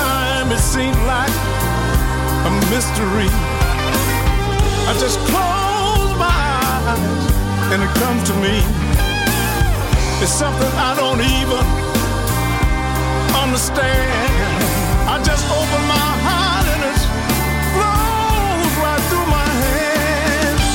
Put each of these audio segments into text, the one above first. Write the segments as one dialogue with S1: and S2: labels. S1: always seemed like a mystery. I just close my eyes and it comes to me. It's something I don't even understand. I just open my heart and it flows right through my hands.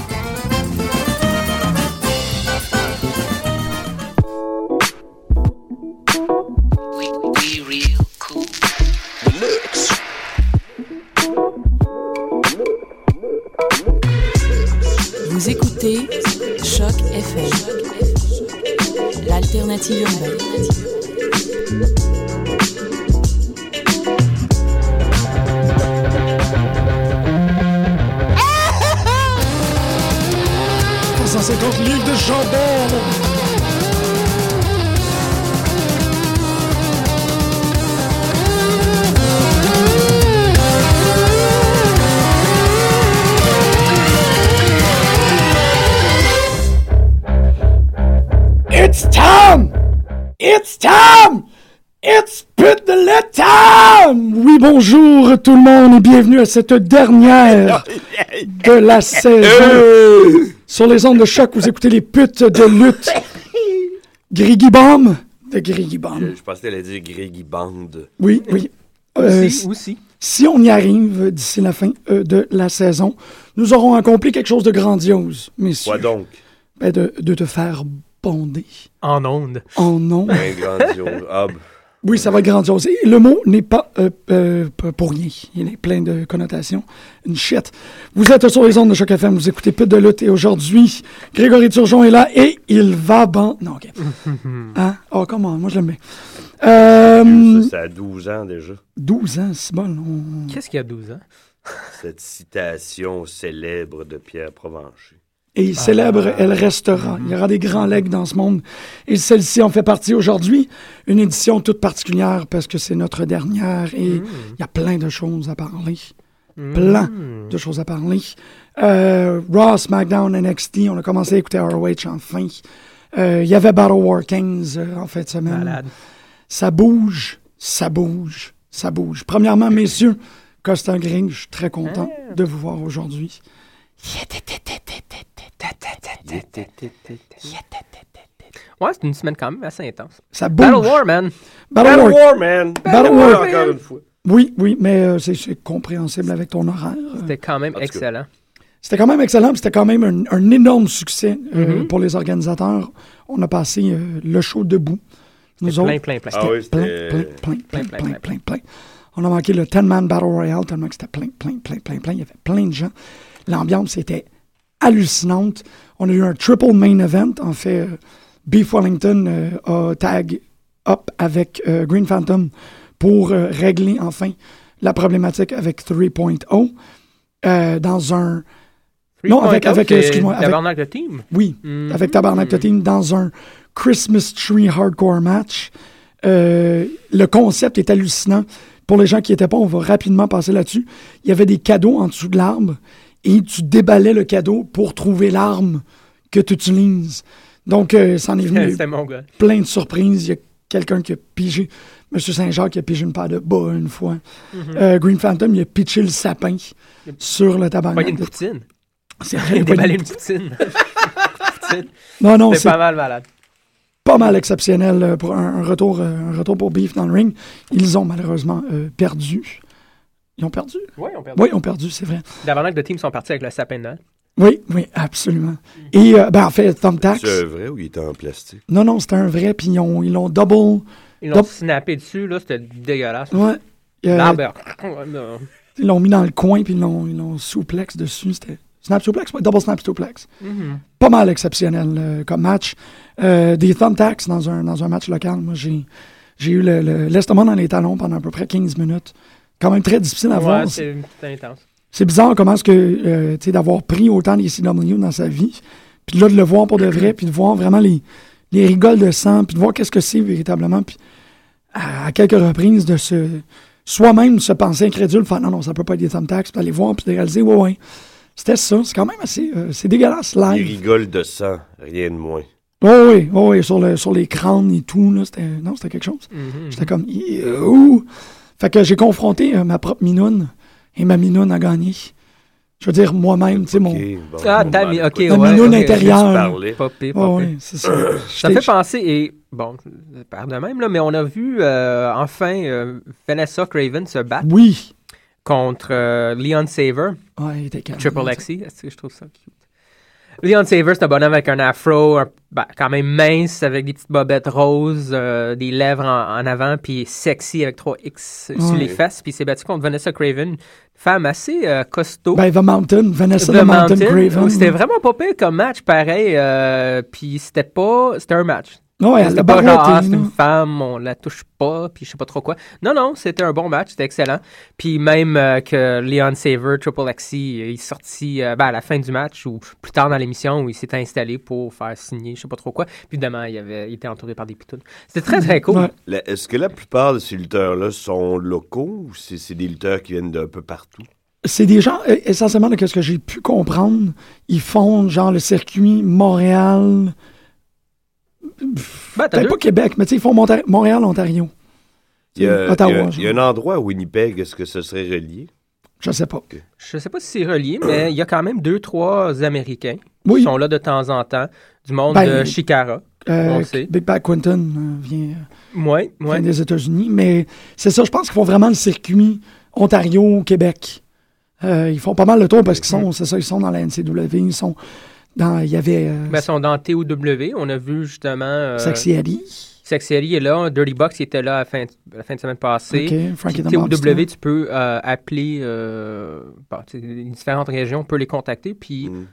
S2: Vous écoutez Choc FM, l'alternative urbaine.
S1: livres de chandelle.
S3: It's time! It's time! It's put the let time! Oui, bonjour tout le monde et bienvenue à cette dernière de la Euh. saison. Sur les ondes de choc, vous écoutez les putes de lutte. Griggy Bomb de Griggy Bomb.
S4: Je pensais qu'elle allait dire Gréggy Band.
S3: Oui, oui. Euh, si- si on y arrive d'ici la fin euh, de la saison, nous aurons accompli quelque chose de grandiose, messieurs.
S4: Quoi donc?
S3: Ben, de, de te faire bonder
S5: En onde.
S3: en nom.
S4: Un grandiose. Ah, ben,
S3: Oui, ça va être grandiose. Et le mot n'est pas euh, euh, p- pour rien. Il est plein de connotations. Une shit. Vous êtes sur les ondes de Choc FM, vous écoutez Pute de lutte et aujourd'hui, Grégory Turgeon est là et il va ban... Non, OK. Hein? Oh, comment? Moi, je l'aime bien. Euh,
S4: ça, ça a 12 ans déjà.
S3: 12 ans, c'est bon. on-
S5: Qu'est-ce qu'il y a 12 ans?
S4: Cette citation célèbre de Pierre Provencher.
S3: Et célèbre,
S5: Ah.
S3: elle restera. Il y aura des grands legs dans ce monde. Et celle-ci en fait partie aujourd'hui. Une édition toute particulière parce que c'est notre dernière et il
S5: Hmm.
S3: y a plein de choses à parler. Plein de choses à parler. Euh, Raw, SmackDown, NXT, on a commencé à écouter ROH enfin. Euh, Il y avait Battle War 15 euh, en fin de semaine.
S5: Malade.
S3: Ça bouge, ça bouge, ça bouge. Premièrement, messieurs, Costa Green, je suis très content
S5: Ah.
S3: de vous voir aujourd'hui.
S5: Ouais, c'est une semaine quand même assez intense.
S3: Ça bouge.
S5: Battle War, man.
S3: Battle
S4: Battle
S3: War.
S4: War, man!
S3: Battle War.
S4: encore une fois.
S3: Oui, oui, mais euh, c'est- c'est compréhensible avec ton horaire. Euh,
S5: C'était quand même
S4: En tout cas.
S5: excellent.
S3: C'était quand même excellent, puis c'était quand même un, un énorme succès euh, pour les organisateurs. On a passé euh, le show debout. Nous
S5: Plein, plein, plein.
S4: Ah
S3: plein,
S4: oui, c'était...
S3: plein, plein, plein,
S5: Plein, plein,
S3: plein,
S5: plein.
S3: plein, plein. On a manqué le 10-man Battle Royale tellement que c'était plein, plein, plein, plein, plein. Il y avait plein de gens. L'ambiance était hallucinante. On a eu un triple main event. En fait, euh, Beef Wellington euh, a tag up avec euh, Green Phantom pour euh, régler enfin la problématique avec 3.0 euh, dans un... Non, avec- avec, euh, excuse-moi, avec-
S5: Tabernacle de team.
S3: Oui,
S5: Mm-hmm.
S3: avec Tabarnak de Team dans un Christmas Tree Hardcore match. Euh, le concept est hallucinant. Pour les gens qui étaient pas, on va rapidement passer là-dessus. Il y avait des cadeaux en dessous de l'arbre et tu déballais le cadeau pour trouver l'arme que tu utilises. Donc, euh, ça en est venu
S5: C'était mon gars.
S3: plein de surprises. Il y a quelqu'un qui a pigé. Monsieur Saint-Jacques qui a pigé une paire de bas une fois.
S5: Mm-hmm.
S3: Euh, Green Phantom, il a pitché le sapin sur le
S5: Pogné
S3: tabarnak.
S5: une
S3: de-
S5: poutine.
S3: C'est
S5: Déballer une poutine. Poutine.
S3: Non, non,
S5: C'était
S3: c'est
S5: pas mal malade.
S3: pas mal exceptionnel euh, pour un, un retour, euh, un retour pour Beef dans le ring. Ils ont malheureusement euh, perdu. Ils ont perdu?
S5: Ouais, on perd.
S3: Oui, ils ont perdu, c'est vrai.
S5: Tabernacle de team sont partis avec le sapin de Noël.
S3: Oui, oui, absolument. Et, euh, ben, en fait, Thumbtacks,
S4: C'est vrai ou il était en plastique?
S3: non, non, c'était un vrai, puis ils ont- ils l'ont double.
S5: Ils l'ont
S3: Donc-
S5: snappé dessus, là. C'était dégueulasse.
S3: Ouais. Euh,
S5: L'arbre. Ouais, non. ben,
S3: ils l'ont mis dans le coin, puis ils l'ont ils l'ont souplex dessus. C'était Snap suplex, ouais, double snap suplex.
S5: Mm-hmm.
S3: Pas mal exceptionnel euh, comme match. Euh, des thumbtacks dans un, dans un match local. Moi, j'ai, j'ai eu le- le- l'estomac dans les talons pendant à peu près 15 minutes. Quand même très difficile à
S5: Ouais,
S3: voir.
S5: c'est c'est intense.
S3: C'est bizarre comment est-ce que, euh, tu sais, d'avoir pris autant des CW dans sa vie, puis là, de le voir pour de vrai, puis de voir vraiment les, les rigoles de sang, puis de voir qu'est-ce que c'est véritablement, puis à, à quelques reprises de se... Soi-même se penser incrédule, faire non, non, ça peut pas être des thumbtacks, puis d'aller voir, puis de réaliser, ouais, ouais. C'était ça, c'est quand même assez... euh, c'est dégueulasse,
S4: Il
S3: live.
S4: rigole de sang, rien de moins.
S3: Oui, Oh oui, oui, oui, sur, le, sur les crânes et tout, là, c'était... Non, c'était quelque chose.
S5: Mm-hmm.
S3: J'étais comme... Ih, euh, ouh. Fait que j'ai confronté euh, ma propre minoune, et ma minoune a gagné. Je veux dire, moi-même, tu sais, mon...
S4: Ok, bon,
S5: Ah,
S4: bon,
S5: t'as
S4: bon,
S5: mis- ok,
S4: écoute,
S5: ouais.
S3: La minoune
S5: ok,
S4: tu
S3: intérieure. là.
S4: parlais.
S5: Popé, popé.
S3: Ouais, Ah ouais, c'est ça.
S5: Ça me
S3: J'étais-
S5: fait penser, et bon, par de même, là, mais on a vu euh, enfin euh, Vanessa Craven se battre
S3: Oui.
S5: contre euh, Leon Saver,
S3: Ouais, il était calme.
S5: Triple Lexi. Est-ce que je trouve ça cute? Leon Saver, c'est un bonhomme avec un afro un- ben, quand même mince, avec des petites bobettes roses, euh, des lèvres en, en avant, puis sexy avec 3 X sur
S3: Ouais.
S5: les fesses. Puis il s'est battu contre Vanessa Craven, femme assez euh, costaud.
S3: Ben, The Mountain, Vanessa
S5: The
S3: The, Mountain,
S5: Mountain,
S3: Craven.
S5: où C'était vraiment pas pire comme match, pareil. euh, puis c'était pas. C'était un match.
S3: Ouais, elle
S5: C'était
S3: l'a
S5: pas genre, Ah,
S3: barouetté,
S5: c'est
S3: là.
S5: une femme, on la touche pas, puis je sais pas trop quoi. Non, non, c'était un bon match, c'était excellent. Puis même euh, que Leon Saver, Triple Axie, il est sorti euh, ben, à la fin du match ou plus tard dans l'émission où il s'est installé pour faire signer, je sais pas trop quoi. Puis évidemment, il, avait, il était entouré par des pitounes. C'était très, très cool.
S3: Ouais.
S4: La- Est-ce que la plupart de ces lutteurs-là sont locaux ou c'est c'est des lutteurs qui viennent d'un peu partout?
S3: C'est des gens, euh, essentiellement, de ce que j'ai pu comprendre, ils font genre le circuit Montréal,
S5: Ben, t'as
S3: peut-être
S5: deux-
S3: pas Québec, mais tu sais, ils font Monta- Montréal, Ontario.
S4: Il y a,
S3: Ottawa,
S4: il y a-
S3: je-
S4: il y a un endroit à Winnipeg, est-ce que ce serait relié?
S3: Je sais pas.
S5: Je sais pas si c'est relié, mais il y a quand même deux, trois Américains qui
S3: Oui,
S5: sont là de temps en temps, du monde
S3: Ben,
S5: de Chicara. Ah, on
S3: euh,
S5: le sait.
S3: Big Bad Quinton euh, vient,
S5: Ouais,
S3: vient
S5: ouais.
S3: des États-Unis, mais c'est ça, je pense qu'ils font vraiment le circuit Ontario-Québec. Euh, ils font pas mal le tour parce qu'ils
S5: Mm-hmm.
S3: sont, c'est ça, ils sont dans la NCW, ils sont dans, il y avait euh,
S5: Ben, ils sont dans TOW. On a vu justement. euh,
S3: Sexy Ali,
S5: Sexeri est là, Dirty Box il était là la fin, la fin de semaine passée.
S3: ok,
S5: Puis
S3: Frankie the Mobster.
S5: TOW, tu peux euh, appeler euh, bon, tu sais, les différentes régions, on peut les contacter, puis
S4: Mm.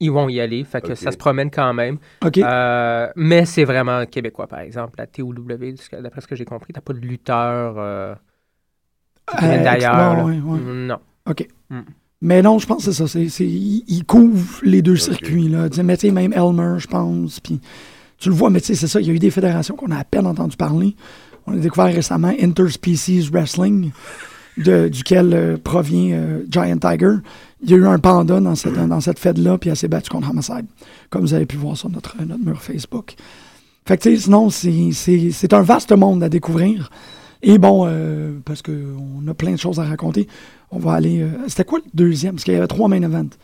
S5: ils vont y aller. Fait que
S4: Ok.
S5: ça se promène quand même.
S3: Ok,
S5: Euh, mais c'est vraiment québécois, par exemple. La TOW, jusqu'à- d'après ce que j'ai compris, t'as pas de lutteur euh, qui
S3: Euh,
S5: viennent d'ailleurs.
S3: ouais,
S5: là.
S3: ouais, ouais.
S5: Non.
S3: Mais non, je pense que c'est ça. c'est- c'est- Ils ils couvrent les deux
S4: Ok.
S3: circuits. Là. Tu sais, Mais tu sais, même Elmer, je pense. Puis tu le vois, mais tu sais, c'est ça. Il y a eu des fédérations qu'on a à peine entendu parler. On a découvert récemment Interspecies Wrestling, de- duquel euh, provient euh, Giant Tiger. Il y a eu un panda dans cette, dans cette fête-là, puis elle s'est battue contre Homicide, comme vous avez pu voir sur notre, notre mur Facebook. Fait que, tu sais, sinon, c'est- c'est c'est un vaste monde à découvrir. Et bon, euh, parce qu'on a plein de choses à raconter, on va aller. euh, c'était quoi le deuxième? Parce qu'il y avait trois main events.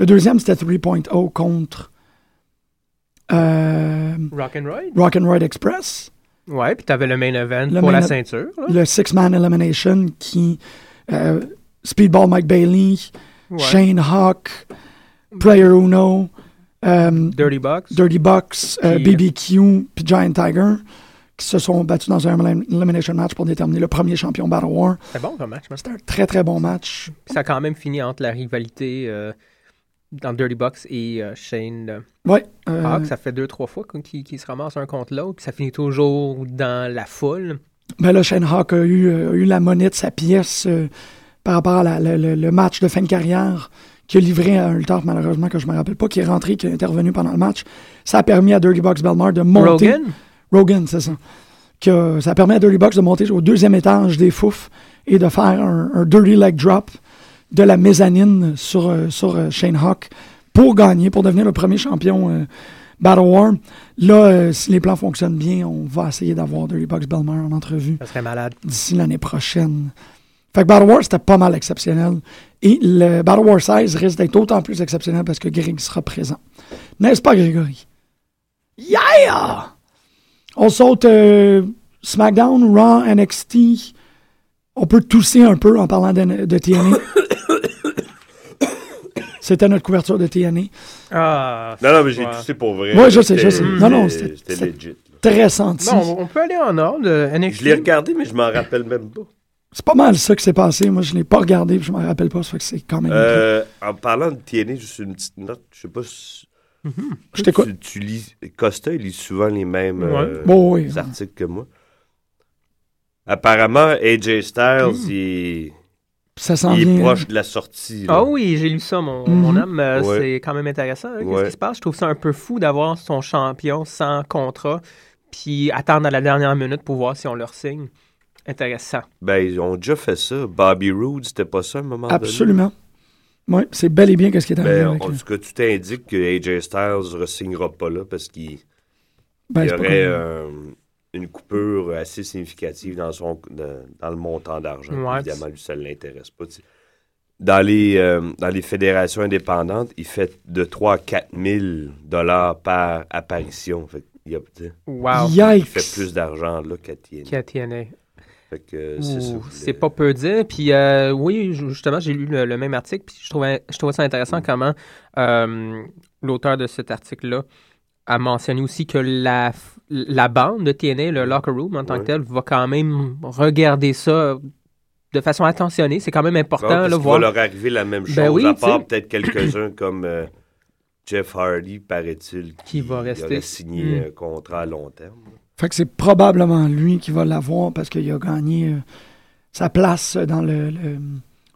S3: Le deuxième, c'était 3.0 contre euh,
S5: Rock'n'Roll?
S3: Rock'n'Ride Express.
S5: Ouais, puis t'avais le main event
S3: Le
S5: pour
S3: main
S5: la
S3: ev-
S5: ceinture. là.
S3: Le Six-Man Elimination qui. euh, Speedball Mike Bailey,
S5: Ouais.
S3: Shane Hawk, Player Uno, euh,
S5: Dirty Box.
S3: Dirty Bucks, euh,
S5: Qui-
S3: BBQ, puis Giant Tiger, qui se sont battus dans un elim- Elimination Match pour déterminer le premier champion Battle War.
S5: C'est bon comme match, je pense.
S3: C'était un très très bon match.
S5: Puis ça a quand même fini entre la rivalité euh, dans Dirty Box et euh, Shane euh,
S3: Ouais. euh,
S5: Hawk. Ça fait deux, trois fois qu'on- qu'ils qu'ils se ramassent un contre l'autre. Puis ça finit toujours dans la foule.
S3: ben là, Shane Hawk a eu, euh, a eu la monnaie de sa pièce euh, par rapport à la- le, le- le match de fin de carrière qui a livré à un lutteur, malheureusement, que je me rappelle pas, qui est rentré, qui est intervenu pendant le match. Ça a permis à Dirty Bucks Belmar de monter.
S5: Rogan,
S3: Rogan, c'est ça. Que ça permet à Dirty Box de monter au deuxième étage des fouf et de faire un, un Dirty Leg Drop de la mezzanine sur, euh, sur euh, Shane Hawk pour gagner, pour devenir le premier champion euh, Battle War. Là, euh, si les plans fonctionnent bien, on va essayer d'avoir Dirty Box Belmer en entrevue
S5: ça serait malade.
S3: d'ici l'année prochaine. Fait que Battle War, c'était pas mal exceptionnel. Et le Battle War 16 risque d'être d'autant plus exceptionnel parce que Greg sera présent. N'est-ce pas, Grégory? Yeah! On saute euh, SmackDown, Raw, NXT. On peut tousser un peu en parlant de, de TNA. C'était notre couverture de TNA.
S5: Ah,
S4: Non, non, mais j'ai
S5: Ouais.
S4: toussé pour vrai.
S3: Ouais, je sais, je
S4: C'était-
S3: sais. Non, non, c'était-
S4: c'était
S3: c'était-
S4: legit. là.
S3: Très senti.
S5: Bon, on peut aller en ordre. euh, NXT.
S4: Je l'ai regardé, mais je m'en rappelle même pas.
S3: C'est pas mal ça qui s'est passé. Moi, je l'ai pas regardé, puis je m'en rappelle pas. Ça fait que c'est quand même.
S4: Euh, en parlant de TNA, juste une petite note. Je sais pas si
S3: je t'écoute.
S4: tu, tu lis. Costa, il lit souvent les mêmes
S5: Ouais.
S4: euh,
S3: Bon, oui, ouais.
S4: articles que moi. Apparemment, AJ Styles,
S3: Hmm.
S4: il,
S3: Ça s'en
S4: il est
S3: vient.
S4: proche de la sortie. là.
S5: Ah oui, j'ai lu ça, mon,
S3: Mhm.
S5: mon homme. euh,
S4: Ouais.
S5: C'est quand même intéressant. hein, Qu'est-ce
S4: Ouais.
S5: qui se passe? Je trouve ça un peu fou d'avoir son champion sans contrat, puis attendre à la dernière minute pour voir si on leur signe. Intéressant.
S4: Ben, ils ont déjà fait ça. Bobby Roode, c'était pas ça à un moment
S3: Absolument. Oui, c'est bel et bien que ce qui est
S4: donné?
S3: arrivé.
S4: Ah, Ben,
S3: avec,
S4: en
S3: euh,
S4: tout cas, tu t'indiques que AJ Styles ne signera pas là parce qu'il
S3: ben,
S4: il y
S3: c'est pas comme-
S4: aurait euh, une coupure assez significative dans, son, dans, dans le montant d'argent.
S5: Ouais,
S4: Évidemment, lui, ça ne l'intéresse pas. tu sais. Dans les, euh, dans les fédérations indépendantes, il fait de 3 000 à 4 000 par apparition. Fait qu'il y a- tu sais,
S5: Wow.
S4: il
S3: Yikes.
S4: fait plus d'argent là qu'à TNA.
S5: Qui a TNA.
S4: Fait que, euh, c'est ça,
S5: Ouh,
S4: je
S5: C'est
S4: voulais-
S5: pas peu dire. Puis euh, oui, ju- justement, j'ai lu le, le même article, puis je trouvais, je trouvais ça
S4: Mm.
S5: intéressant comment euh, l'auteur de cet article-là a mentionné aussi que la, f- la bande de TNA, le locker room en tant que
S4: Mm. Ouais.
S5: tel, va quand même regarder ça euh, de façon attentionnée. C'est quand même important,
S4: Bon, parce
S5: là,
S4: qu'il
S5: voir...
S4: va leur arriver la même
S5: Ben
S4: chose,
S5: oui,
S4: à
S5: tu sais.
S4: part peut-être quelques-uns comme euh, Jeff Hardy, paraît-il,
S5: Qui va rester.
S4: aurait signé
S5: Mm.
S4: un contrat à long terme.
S3: Fait que c'est probablement lui qui va l'avoir parce qu'il a gagné euh, sa place dans le, le-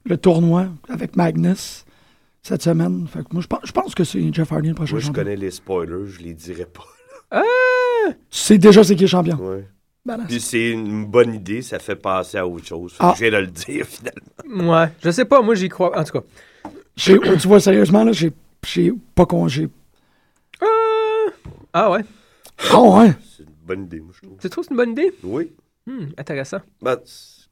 S3: le tournoi avec Magnus cette semaine. Fait que moi, je pense, je pense que c'est Jeff Hardy le prochain
S5: Hmm.
S4: Moi, je
S3: champion.
S4: connais les spoilers, je les dirai pas.
S3: Tu sais déjà c'est qui est champion.
S4: Ouais.
S3: Badass.
S4: Puis c'est une bonne idée, ça fait passer à autre chose. Fait que
S3: Ah.
S4: Je viens de le dire, finalement.
S5: Ouais, je sais pas, moi j'y crois. En tout cas,
S3: J'ai- oh, tu vois, sérieusement, là, j'ai, j'ai pas con. J'ai...
S5: ah ouais,
S3: Oh, hein?
S4: C'est une bonne idée, moi, je trouve.
S5: tu trouves que c'est une bonne idée?
S4: Oui.
S5: Hmm, intéressant.
S4: Ben, c'est-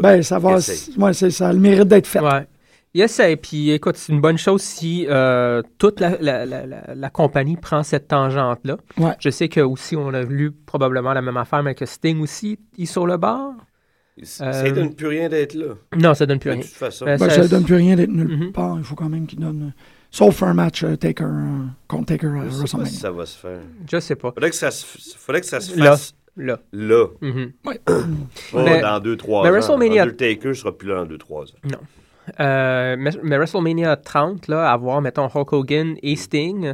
S3: Ben, ça va.
S4: Essaye.
S3: ouais, c'est, ça a le mérite d'être fait.
S5: Ouais. Yes, et puis écoute, c'est une bonne chose si euh, toute la, la- la- la- la compagnie prend cette tangente-là.
S3: Ouais.
S5: Je sais que aussi on a lu probablement la même affaire, mais que Sting aussi, il est sur le bar.
S4: c'est-
S5: Euh,
S4: ça donne plus rien d'être là.
S5: Non, ça donne plus
S4: De
S5: rien.
S4: toute façon.
S5: Ben,
S3: Ben,
S5: ça-
S3: ça ne donne plus rien d'être nulle
S5: Mhm.
S3: part. Il faut quand même qu'il donne. euh, Sauf un match euh, Taker euh, contre Taker à
S4: je sais pas
S3: WrestleMania.
S4: si ça va se faire.
S5: Je sais pas.
S4: Faudrait que ça se, f- faudrait que ça se
S5: Là.
S4: fasse
S5: Là.
S4: là.
S5: Mhm.
S4: Pas
S5: Mais-
S4: dans 2-3 ans.
S5: mais WrestleMania-
S4: Undertaker sera plus là dans 2-3 ans.
S5: Euh, mais, mais WrestleMania 30, là, avoir, mettons, Hulk Hogan et Sting,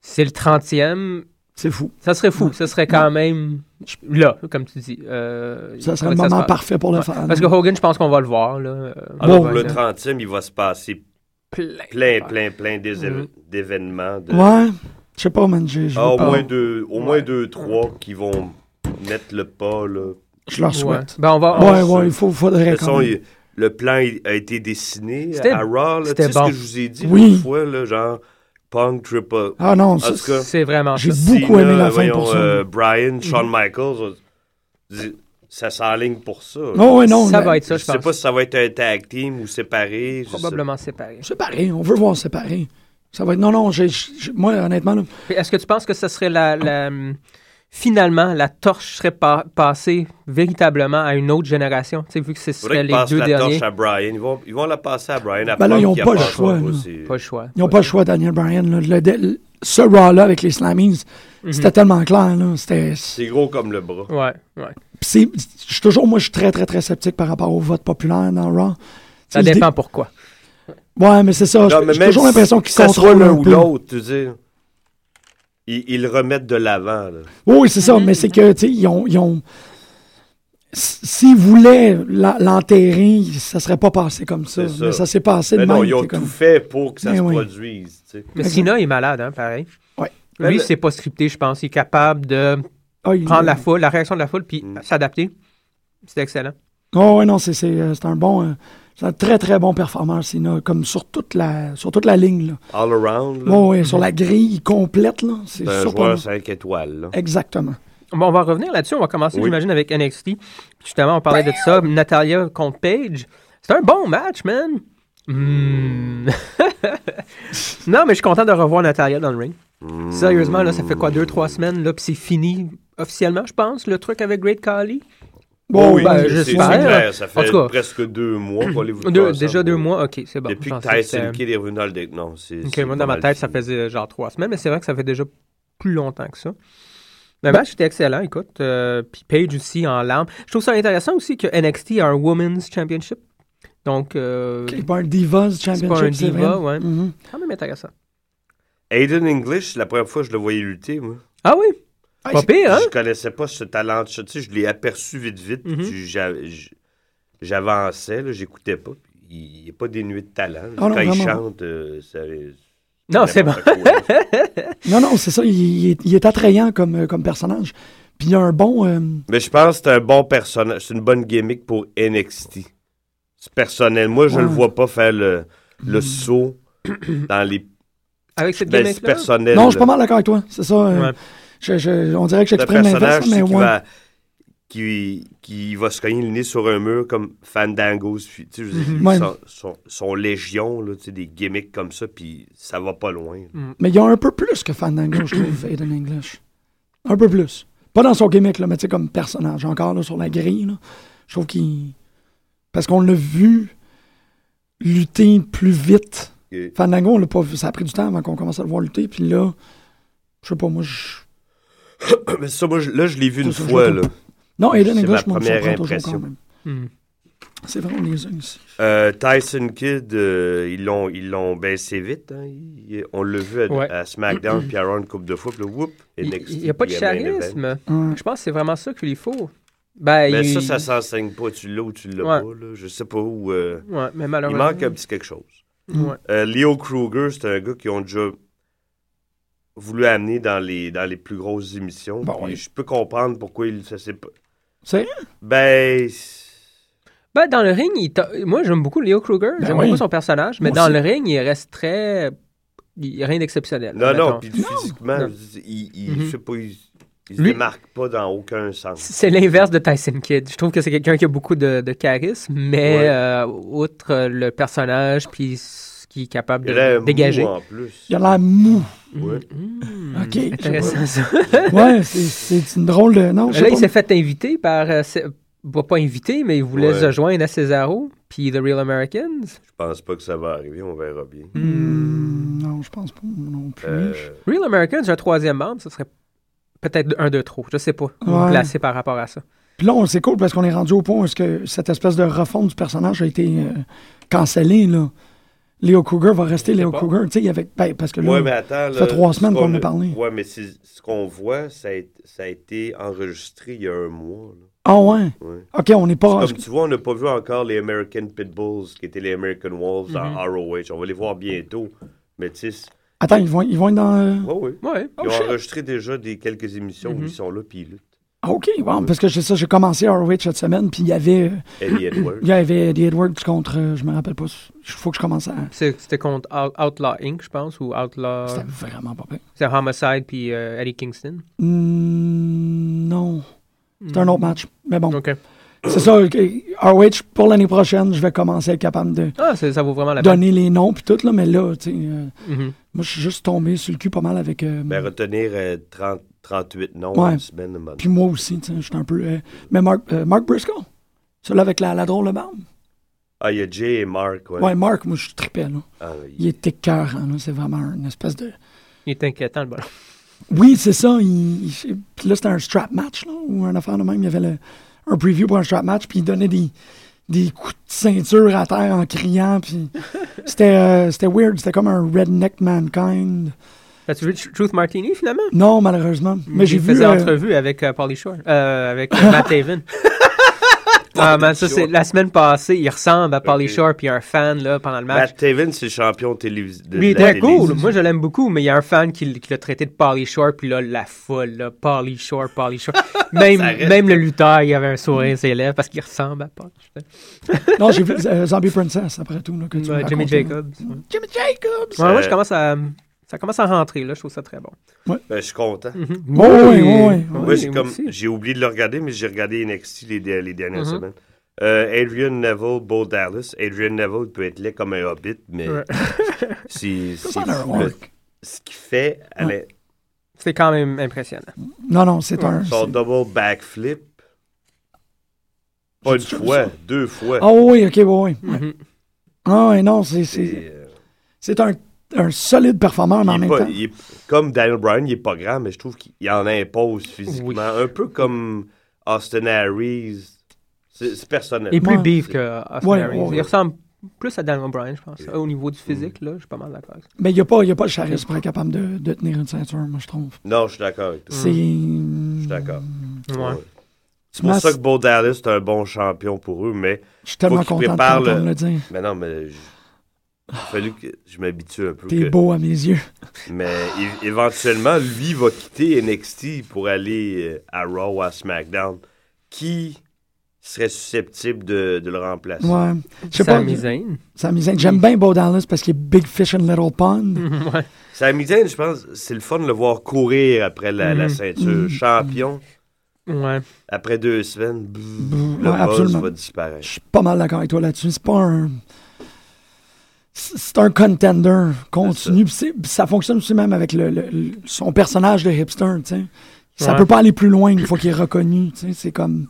S5: c'est le 30e.
S3: C'est fou.
S5: Ça serait fou.
S3: Ouais.
S5: Ça serait quand même là, comme tu dis. Euh,
S3: Ça serait
S5: faudrait
S3: le
S5: que se
S3: moment
S5: fasse.
S3: parfait pour le
S5: Ouais.
S3: faire.
S5: Parce que Hogan, je pense qu'on va le voir. Là. Euh,
S4: Alors,
S3: Bon.
S4: le
S5: ouais.
S4: 30e, il va se passer
S5: plein.
S4: plein,
S5: d'affaires.
S4: plein, plein d'és-
S5: Mhm.
S4: d'événements. de-
S3: Ouais. Je sais pas, man. j'ai- Je
S4: Ah,
S3: veux
S4: au
S3: pas-
S4: moins deux, au moins
S5: Ouais.
S4: deux, trois qui vont mettre le pas. Là.
S3: Je leur
S5: Ouais.
S3: souhaite.
S5: Ben, on va, on-
S3: Ouais, ouais,
S4: Ah, c'est-
S3: il faut,
S4: De
S3: faudrait
S4: toute façon,
S3: quand même.
S4: il- le plan il a été dessiné
S5: C'était-
S4: à Raw. là. Tu
S5: c'était
S4: sais ce
S5: bon.
S4: que je vous ai dit
S3: Oui.
S4: une fois, là, genre Punk, Triple.
S3: Ah non, ça,
S4: En tout cas,
S5: C'est vraiment
S3: j'ai
S5: ça.
S3: beaucoup aimé la fin pour ça. Mm-hmm.
S4: Brian, euh, Shawn Michaels, on dit, ça s'enligne pour ça.
S3: non, Oh, ouais, non.
S5: ça
S3: mais-
S5: va être ça,
S4: je
S5: je
S4: sais
S5: pense.
S4: pas si ça va être un tag team ou séparé. je sais
S5: Probablement séparé.
S3: Séparé, on veut voir séparé. Ça va être. Non, non, j'ai- j'ai- moi, honnêtement, là,
S5: Puis Est-ce que tu penses que ce serait la... la- Finalement, la torche serait pa- passée véritablement à une autre génération, tu sais, vu que ce
S4: pas. Faudrait
S5: serait
S4: qu'ils
S5: les
S4: passent
S5: deux
S4: la
S5: derniers.
S4: torche à Brian. Ils vont, ils vont la passer à Brian. à
S3: Ben là,
S4: Punk,
S3: ils ont
S4: qui a
S3: pas le
S4: passé
S3: choix,
S4: en gros,
S3: là.
S4: c'est-
S5: Pas le choix.
S3: ils n'ont pas le choix, Daniel Bryan. là. Le- le- ce Raw-là avec les Slammies,
S5: Mhm.
S3: c'était tellement clair. là. C'était.
S4: C'est gros comme le bras.
S5: Ouais, ouais.
S3: Puis c'est- je suis toujours, moi, je suis très, très, très sceptique par rapport au vote populaire dans Raw.
S5: Ça
S3: Tu sais, je
S5: dépend pourquoi.
S3: dis- Ouais, mais Ah, c'est ça.
S4: Non,
S3: j'ai-
S4: mais
S3: J'ai
S4: même
S3: toujours
S4: si
S3: l'impression qu'ils
S4: ça soit
S3: contrôlent
S4: l'un
S3: un
S4: ou
S3: peu.
S4: l'autre, tu sais. Ils, ils le remettent de l'avant. là.
S3: Oui, oui, c'est ça. Mais c'est que, tu sais, ils ont. ils ont- S- S'ils voulaient la- l'enterrer, ça serait pas passé comme ça.
S4: C'est ça.
S3: Mais ça s'est passé
S4: Mais
S3: de
S4: non,
S3: même,
S4: ils ont
S3: t'es comme-
S4: tout fait pour que ça
S3: Mais
S4: se
S3: oui.
S4: produise. tu sais.
S5: Mais Sina est malade, hein, pareil.
S3: Ouais.
S5: Lui,
S4: Ben,
S5: c'est pas scripté, je pense. Il est capable de
S3: Ah, il-
S4: Mm.
S5: prendre la foule, la réaction de la foule, puis s'adapter. C'est excellent.
S3: Oh, ouais, non, c'est, c'est, euh, c'est un bon. euh, c'est un très, très bon performeur, Cena, comme sur toute la, sur toute la ligne. Là.
S4: All around. là.
S3: Ouais, ouais, sur la grille complète, là, c'est
S4: C'est un
S3: surprenant.
S4: joueur 5 étoiles. là.
S3: Exactement.
S5: Bon, on va revenir là-dessus. On va commencer,
S4: Oui.
S5: j'imagine, avec NXT. Justement, on parlait de ça. Natalia contre Paige. C'est un bon match, man. Hmm. non, mais je suis content de revoir Natalia dans le ring.
S4: Hmm.
S5: Sérieusement, là, ça fait quoi, deux, trois semaines, là, puis c'est fini officiellement, je pense, le truc avec Great Khali?
S3: Bon, hein.
S5: oui, ben,
S4: c'est-
S5: je
S4: c'est
S5: sais
S4: c'est
S5: pas.
S4: clair, ça
S5: En
S4: fait
S5: tout cas.
S4: presque deux mois. voulez-vous
S5: Deux-
S4: ensemble,
S5: déjà deux
S4: oui.
S5: mois, ok, c'est bon.
S4: Depuis
S5: Je
S4: que
S5: pensais c'était-
S4: Tyson Kidd est revenu dans le deck. Non, c'est.
S5: Ok,
S4: c'est
S5: moi,
S4: pas
S5: dans ma
S4: mal
S5: tête, ça euh,
S4: fini.
S5: faisait genre trois semaines, mais c'est vrai que ça fait déjà plus longtemps que ça.
S4: Ben-
S5: Le match était excellent, écoute. Euh, puis Paige aussi en larmes. Je trouve ça intéressant aussi que NXT a un Women's Championship. Donc, euh,
S3: C'est pas un Divas
S5: c'est pas un
S3: Championship, c'est
S5: diva,
S3: vrai.
S5: ouais.
S3: Mhm.
S5: Quand même intéressant.
S4: Aiden English, la première fois que je le voyais lutter, moi.
S5: Ah oui,
S3: Hey,
S5: pas
S3: c'est-
S5: pire, hein?
S4: Je connaissais pas ce talent. Tu sais, je l'ai aperçu vite, vite.
S5: Mhm.
S4: puis j'a- j- J'avançais, là, j'écoutais pas. puis Il n'est pas dénué de talent.
S3: Ah non,
S4: Quand il
S3: vraiment.
S4: chante, euh, ça-
S5: Non, c'est bon.
S4: n'importe quoi, là.
S3: Non, non, c'est ça. Il, il est, il est attrayant comme, euh, comme personnage. Puis il y a un bon. euh,
S4: Mais je pense que c'est un bon personnage. C'est une bonne gimmick pour NXT. C'est personnel. Moi, je
S3: Ouais. Hmm.
S4: le vois pas faire le, le saut dans les.
S5: Avec cette
S4: Ben, c'est
S5: gimmick-là.
S4: personnel.
S3: Non, je
S4: là.
S3: suis pas mal d'accord avec toi. C'est ça. euh,
S5: Ouais.
S3: je- je- on dirait que
S4: Le
S3: j'exprime
S4: personnage
S3: l'inverse, mais
S4: c'est qui,
S3: ouais.
S4: va, qui, qui va se cogner le nez sur un mur comme Fandangos. Puis, tu sais, je veux dire,
S3: Mhm. Ouais.
S4: son, son- son légion, là, tu sais, des gimmicks comme ça, puis ça va pas loin. là.
S3: Mais il y a un peu plus que Fandango, je trouve, Aiden English. Un peu plus. Pas dans son gimmick, là, mais tu sais, comme personnage, encore là, sur la grille. là. Je trouve qu'il. Parce qu'on l'a vu lutter plus vite.
S4: Et-
S3: Fandango, on l'a pas vu. Ça a pris du temps avant qu'on commence à le voir lutter. Puis là, je sais pas, moi, je.
S4: Mais ça, moi, je- là, je l'ai vu une
S3: Ça, ça,
S4: fois.
S3: je
S4: Là.
S3: Non, Aiden
S4: C'est ma
S3: English, moi, me
S4: première
S3: surprend toujours
S4: impression.
S3: quand même.
S5: Hmm.
S3: C'est vrai, on les a ici.
S4: Euh, Tyson Kidd, euh, ils l'ont ils l'ont baissé vite. hein. Il- on l'a vu à,
S5: Ouais.
S4: à SmackDown, puis à Raw une couple de fois, puis là, whoop, NXT,
S5: Il n'y a pas de
S4: puis main event.
S5: charisme.
S3: Ouais.
S5: Je pense que c'est vraiment ça qu'il faut. Ben,
S4: Mais ça,
S5: il-
S4: ça s'enseigne pas. Tu l'as ou tu l'as
S5: Ouais.
S4: pas. Là. Je sais pas où. euh,
S5: Ouais, mais
S4: il
S5: malheureusement.
S4: manque un petit quelque chose.
S5: Ouais.
S4: Euh, Leo Kruger, c'est un gars qui ont déjà voulu amener dans les, dans les plus grosses émissions.
S3: Bah
S4: Puis
S3: ouais.
S4: Je peux comprendre pourquoi il ça s'est pas.
S3: C'est
S4: Ben,
S5: Ben, dans le ring, il t'a- moi, j'aime beaucoup Leo Kruger.
S3: Ben
S5: j'aime
S3: oui.
S5: beaucoup son personnage. Mais
S3: Moi
S5: dans
S3: aussi.
S5: le ring, il reste très. il- Rien d'exceptionnel.
S4: non,
S5: mettons.
S4: non, puis physiquement, je
S5: Non.
S4: veux dire, il, il,
S5: Mhm.
S4: je sais pas, il, il se
S5: Lui-
S4: démarque pas dans aucun sens.
S5: C'est l'inverse de Tyson Kidd. Je trouve que c'est quelqu'un qui a beaucoup de, de charisme, mais
S4: Ouais.
S5: euh, outre euh, le personnage, puis ce qu'il est capable
S4: Il a
S5: de
S4: l'air
S5: dégager.
S4: mou en plus.
S3: Il a l'air mou.
S4: Ouais.
S5: Hmm,
S3: Ok.
S5: Intéressant ça.
S3: Ouais, c'est- c'est une drôle de. Non, je
S5: Là,
S3: sais
S5: il
S3: pas.
S5: s'est fait inviter par. euh, c'est- bah, pas invité, mais il voulait
S4: Ouais.
S5: se joindre à Cesaro, puis The Real Americans.
S4: Je pense pas que ça va arriver, on verra bien.
S3: Mhm. Hmm, non, je pense pas non plus.
S4: Euh,
S5: Real Americans, un troisième membre, ce serait peut-être un de trop. Je sais pas.
S3: Ouais.
S5: Placé par rapport à ça.
S3: Puis là, on- c'est cool parce qu'on est rendu au point où est-ce que cette espèce de refonte du personnage a été euh, cancellée. Là. Léo Cougar va rester Léo
S5: pas.
S3: Cougar. Tu sais, avec. ben, parce que là.
S4: ouais, mais attends, là,
S3: ça fait trois
S4: ce
S3: semaines qu'on en a
S4: a-
S3: parlé.
S4: Ouais, mais c'est- ce qu'on voit, ça a, été- ça a été enregistré il y a un mois. là.
S3: Ah ouais.
S4: Ouais.
S3: Ok, on n'est pas.
S4: Comme tu vois, on n'a pas vu encore les American Pitbulls, qui étaient les American Wolves
S3: Mhm.
S4: en ROH. On va les voir bientôt. Mais tu sais, c'est-
S3: Attends, ils vont, ils vont être dans. euh,
S4: ouais, ouais.
S5: Ouais.
S4: Ils ont enregistré déjà des, quelques émissions
S3: Mhm.
S4: où ils sont là, puis ils luttent.
S3: Ah, ok, bon, parce que j'ai ça, j'ai commencé ROH cette semaine, puis il y avait. euh,
S4: Eddie Edwards.
S3: Il y avait Eddie Edwards contre. euh, je me rappelle pas. Il faut que je commence à.
S5: C'est- C'était contre Out- Outlaw Inc., je pense, ou Outlaw.
S3: C'était vraiment pas pire.
S5: C'est Homicide, puis euh, Eddie Kingston.
S3: Hmm, non. C'est un autre match. Mais bon,
S5: OK.
S3: c'est ça. ok. ROH, pour l'année prochaine, je vais commencer à être capable de
S5: Ah, c'est- ça vaut vraiment la peine.
S3: donner les noms puis tout, là, mais là, tu sais, euh,
S5: Mhm.
S3: moi, je suis juste tombé sur le cul pas mal avec... euh,
S4: Mais retenir euh, 30 38 noms
S3: Ouais.
S4: en semaine, man.
S3: puis moi aussi, tu sais, je suis un peu... euh, mais Mark, euh, Mark Briscoe, celui-là avec la, la drôle de barbe.
S4: Ah, il y a Jay et Mark, ouais.
S3: Ouais, Mark, moi, je tripais, là.
S4: Ah, il-
S3: Il est écœurant, là, c'est vraiment une espèce de...
S5: Il est inquiétant, le bonhomme.
S3: Oui, c'est ça, il- il- puis là, c'était un strap match, là, ou un affaire de même, il y avait le- un preview pour un strap match, puis il donnait des, des coups de ceinture à terre en criant, puis c'était euh, c'était weird, c'était comme un redneck mankind.
S5: As-tu vu Tr- Truth Martini, finalement?
S3: Non, malheureusement, mais j'ai
S5: Mm, il
S3: vu...
S5: faisait
S3: euh,
S5: entrevue avec euh, Pauly Shore, euh, avec euh, Matt Haven. ah, man, ça, c'est la semaine passée. Il ressemble à Pauly
S4: Ok.
S5: Shore, puis il y a un fan, là, pendant le match.
S4: Matt Taven, c'est le champion télévisé.
S5: Lui, il est très cool. Moi, je l'aime beaucoup, mais il y a un fan qui, l- qui l'a traité de Polly Shore, puis là, la foule, là, Polly Shore, Polly Shore. Même,
S4: reste.
S5: même le lutteur, il avait un sourire à ses lèvres parce qu'il ressemble à Polly Shore.
S3: Non, j'ai vu euh, Zombie Princess après tout. Là, que tu
S5: Ouais,
S3: me
S5: Jimmy
S3: racontais, là.
S5: Jacobs. Ouais.
S3: Jimmy Jacobs!
S5: Ouais, moi, je
S4: Euh,
S5: commence à. Ça commence à rentrer, là. Je trouve ça très bon.
S4: Ben,
S5: Mm-hmm.
S4: je suis content.
S3: Oui, Mm-hmm. oui, oui.
S4: Moi, j'ai
S5: moi
S4: comme
S5: aussi.
S4: j'ai oublié de le regarder, mais j'ai regardé NXT les, de- les dernières semaines. Euh, Adrian Neville, Bo Dallas. Adrian Neville peut être laid comme un hobbit, mais
S5: Ouais.
S4: c'est c'est
S3: Ça a l'air
S4: fou, le-
S3: work.
S4: ce qu'il fait. à la-
S5: C'est quand même impressionnant.
S3: Non, non, c'est un.
S4: Son
S3: c'est-
S4: double backflip. Pas une
S3: J'ai-tu vu
S4: fois, deux fois.
S3: Ah oui, ok, oui, oui.
S5: Mhm.
S3: Ah oui, non, c'est- c'est
S4: C'est, euh,
S3: c'est un un solide performeur, mais en
S4: Il est
S3: même
S4: pas-
S3: temps.
S4: il est- comme Daniel Bryan, il est pas grand, mais je trouve qu'il en impose physiquement.
S5: Oui.
S4: Un peu comme Austin Harris. C'est c'est personnel.
S5: Il est plus
S3: Ouais.
S5: beef que Austin
S3: Ouais,
S5: Aries.
S3: ouais, ouais.
S5: Il ressemble plus à Daniel Bryan, je pense. Au niveau du physique,
S4: Mm.
S5: là, je suis pas mal d'accord avec ça.
S3: Mais il n'y a pas, il y a pas de charisme pour être capable de, de tenir une ceinture, moi, je trouve.
S4: Non, je suis d'accord avec toi.
S3: C'est. Hmm.
S4: Je suis d'accord.
S5: Ouais.
S4: C'est pour
S3: Mas-
S4: ça que Bo Dallas est un bon champion pour eux, mais,
S3: Je suis tellement
S4: Faut qu'il
S3: content de
S4: prépare
S3: t'entendre
S4: le-
S3: le dire.
S4: mais non, mais je- il a fallu que je m'habitue un peu.
S3: T'es
S4: que-
S3: beau à mes yeux.
S4: Mais é- éventuellement, lui va quitter NXT pour aller euh, à Raw ou à SmackDown. Qui serait susceptible de, de le remplacer?
S3: Ouais. Je sais pas.
S5: Sami Zayn.
S3: Sami Zayn. J'aime bien Bo Dallas parce qu'il est Big Fish and Little Pond.
S5: Ouais.
S4: Sami Zayn, je pense, c'est le fun de le voir courir après la, la
S5: Mhm.
S4: ceinture. Champion,
S5: Ouais.
S4: après deux semaines, bzz,
S3: Bzz,
S4: le
S3: ouais,
S4: buzz
S3: absolument.
S4: va
S3: Je
S4: disparaître.
S3: suis pas mal d'accord avec toi là-dessus. C'est pas un. C'est c'est un contender continu. Puis c'est- puis ça fonctionne aussi même avec le, le- le- son personnage de hipster. tu sais. Ça
S5: Ouais.
S3: peut pas aller plus loin une fois qu'il est reconnu. tu sais. C'est comme.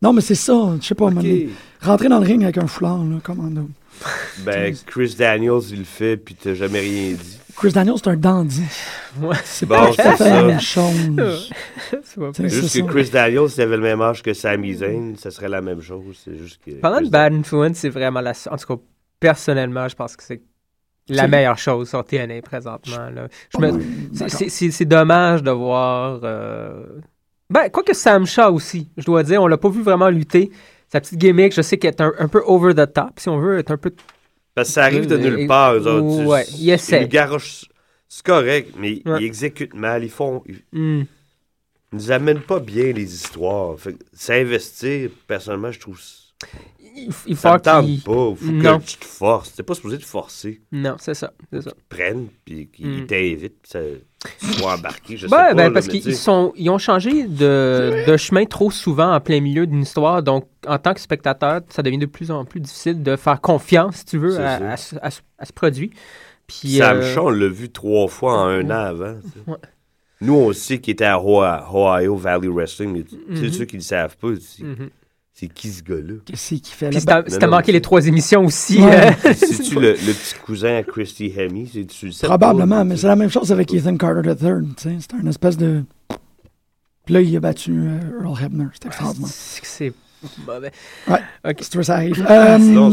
S3: Non, mais c'est ça. Je sais pas. mais Rentrer dans le ring avec un foulard, là, commando.
S4: Ben, Chris Daniels, il le fait, puis t'as jamais rien dit.
S3: Chris Daniels, c'est un dandy.
S5: Ouais.
S3: C'est
S4: Bon,
S3: pas tout à
S4: c'est
S3: fait la
S4: ça.
S3: même chose.
S5: Ben, C'est pas-
S3: Tu sais,
S4: Juste
S3: c'est
S4: que
S3: ça.
S4: Chris Daniels, s'il avait le même âge que Sami Zayn, ça serait la même chose. C'est juste que.
S5: Parlant de
S4: Chris Dan-
S5: Bad Influence, c'est vraiment la. En tout cas, personnellement, je pense que c'est la
S3: C'est-
S5: meilleure chose sur TNA présentement. là. Je me- c'est-
S3: D'accord.
S5: c'est- C'est c'est dommage de voir. euh, Ben, quoique Sam Shaw aussi, je dois dire, on l'a pas vu vraiment lutter. Sa petite gimmick, je sais qu'elle est un, un peu over the top, si on veut, elle est un peu.
S4: Parce que ça arrive de nulle
S5: Et-
S4: part, eux autres. Tu-
S5: Ouais, il essaie.
S4: ils garochent- C'est correct, mais
S5: Ouais.
S4: ils exécutent mal. Ils font. Ils
S5: Hmm.
S4: nous amènent pas bien les histoires. Fait que s'investir, personnellement, je trouve.
S5: Il, il
S4: Ça
S5: faut
S4: me
S5: qu'il.
S4: tente pas. Faut
S5: Non.
S4: que tu te forces. T'es pas supposé te forcer.
S5: Non, c'est ça. C'est ça.
S4: Ils te prennent, puis ils
S5: Mm.
S4: t'invitent, puis ça. Tu sois embarqué, je sais
S5: Ben,
S4: pas.
S5: ben,
S4: là,
S5: parce
S4: mais
S5: qu'ils
S4: tu
S5: ils
S4: sais,
S5: sont, ils ont changé de, de chemin trop souvent en plein milieu d'une histoire. Donc, en tant que spectateur, ça devient de plus en plus difficile de faire confiance, si tu veux,
S4: C'est
S5: à,
S4: sûr.
S5: à ce- à ce- à ce produit. Puis,
S4: Sam
S5: euh,
S4: Shaw, on l'a vu trois fois en un
S5: Ouais.
S4: an avant. tu sais.
S5: Ouais.
S4: Nous, on sait qu'il était à Ohio, Ohio Valley Wrestling, mais tu- tu sais,
S5: Mhm.
S4: ceux qui ne le savent pas, c'est
S5: mhm.
S4: c'est qui ce gars-là?
S3: Qu'est-ce qu'il fait là?
S5: Puis, si t'as
S4: ben,
S5: si
S4: non,
S5: t'as
S4: non,
S5: manqué
S4: mais-
S5: les trois émissions aussi,
S3: Ouais.
S5: euh,
S4: C'est-tu le, le petit cousin à Christy Hemme? C'est-tu le seul-
S3: Probablement, mais c'est la même chose avec Ethan Carter III. tu sais. C'est un espèce de. Puis là, il a battu euh, Earl Hebner. C'est extraordinaire.
S5: c'est que c'est mauvais.
S3: Si tu veux, ça arrive.
S4: Sinon, on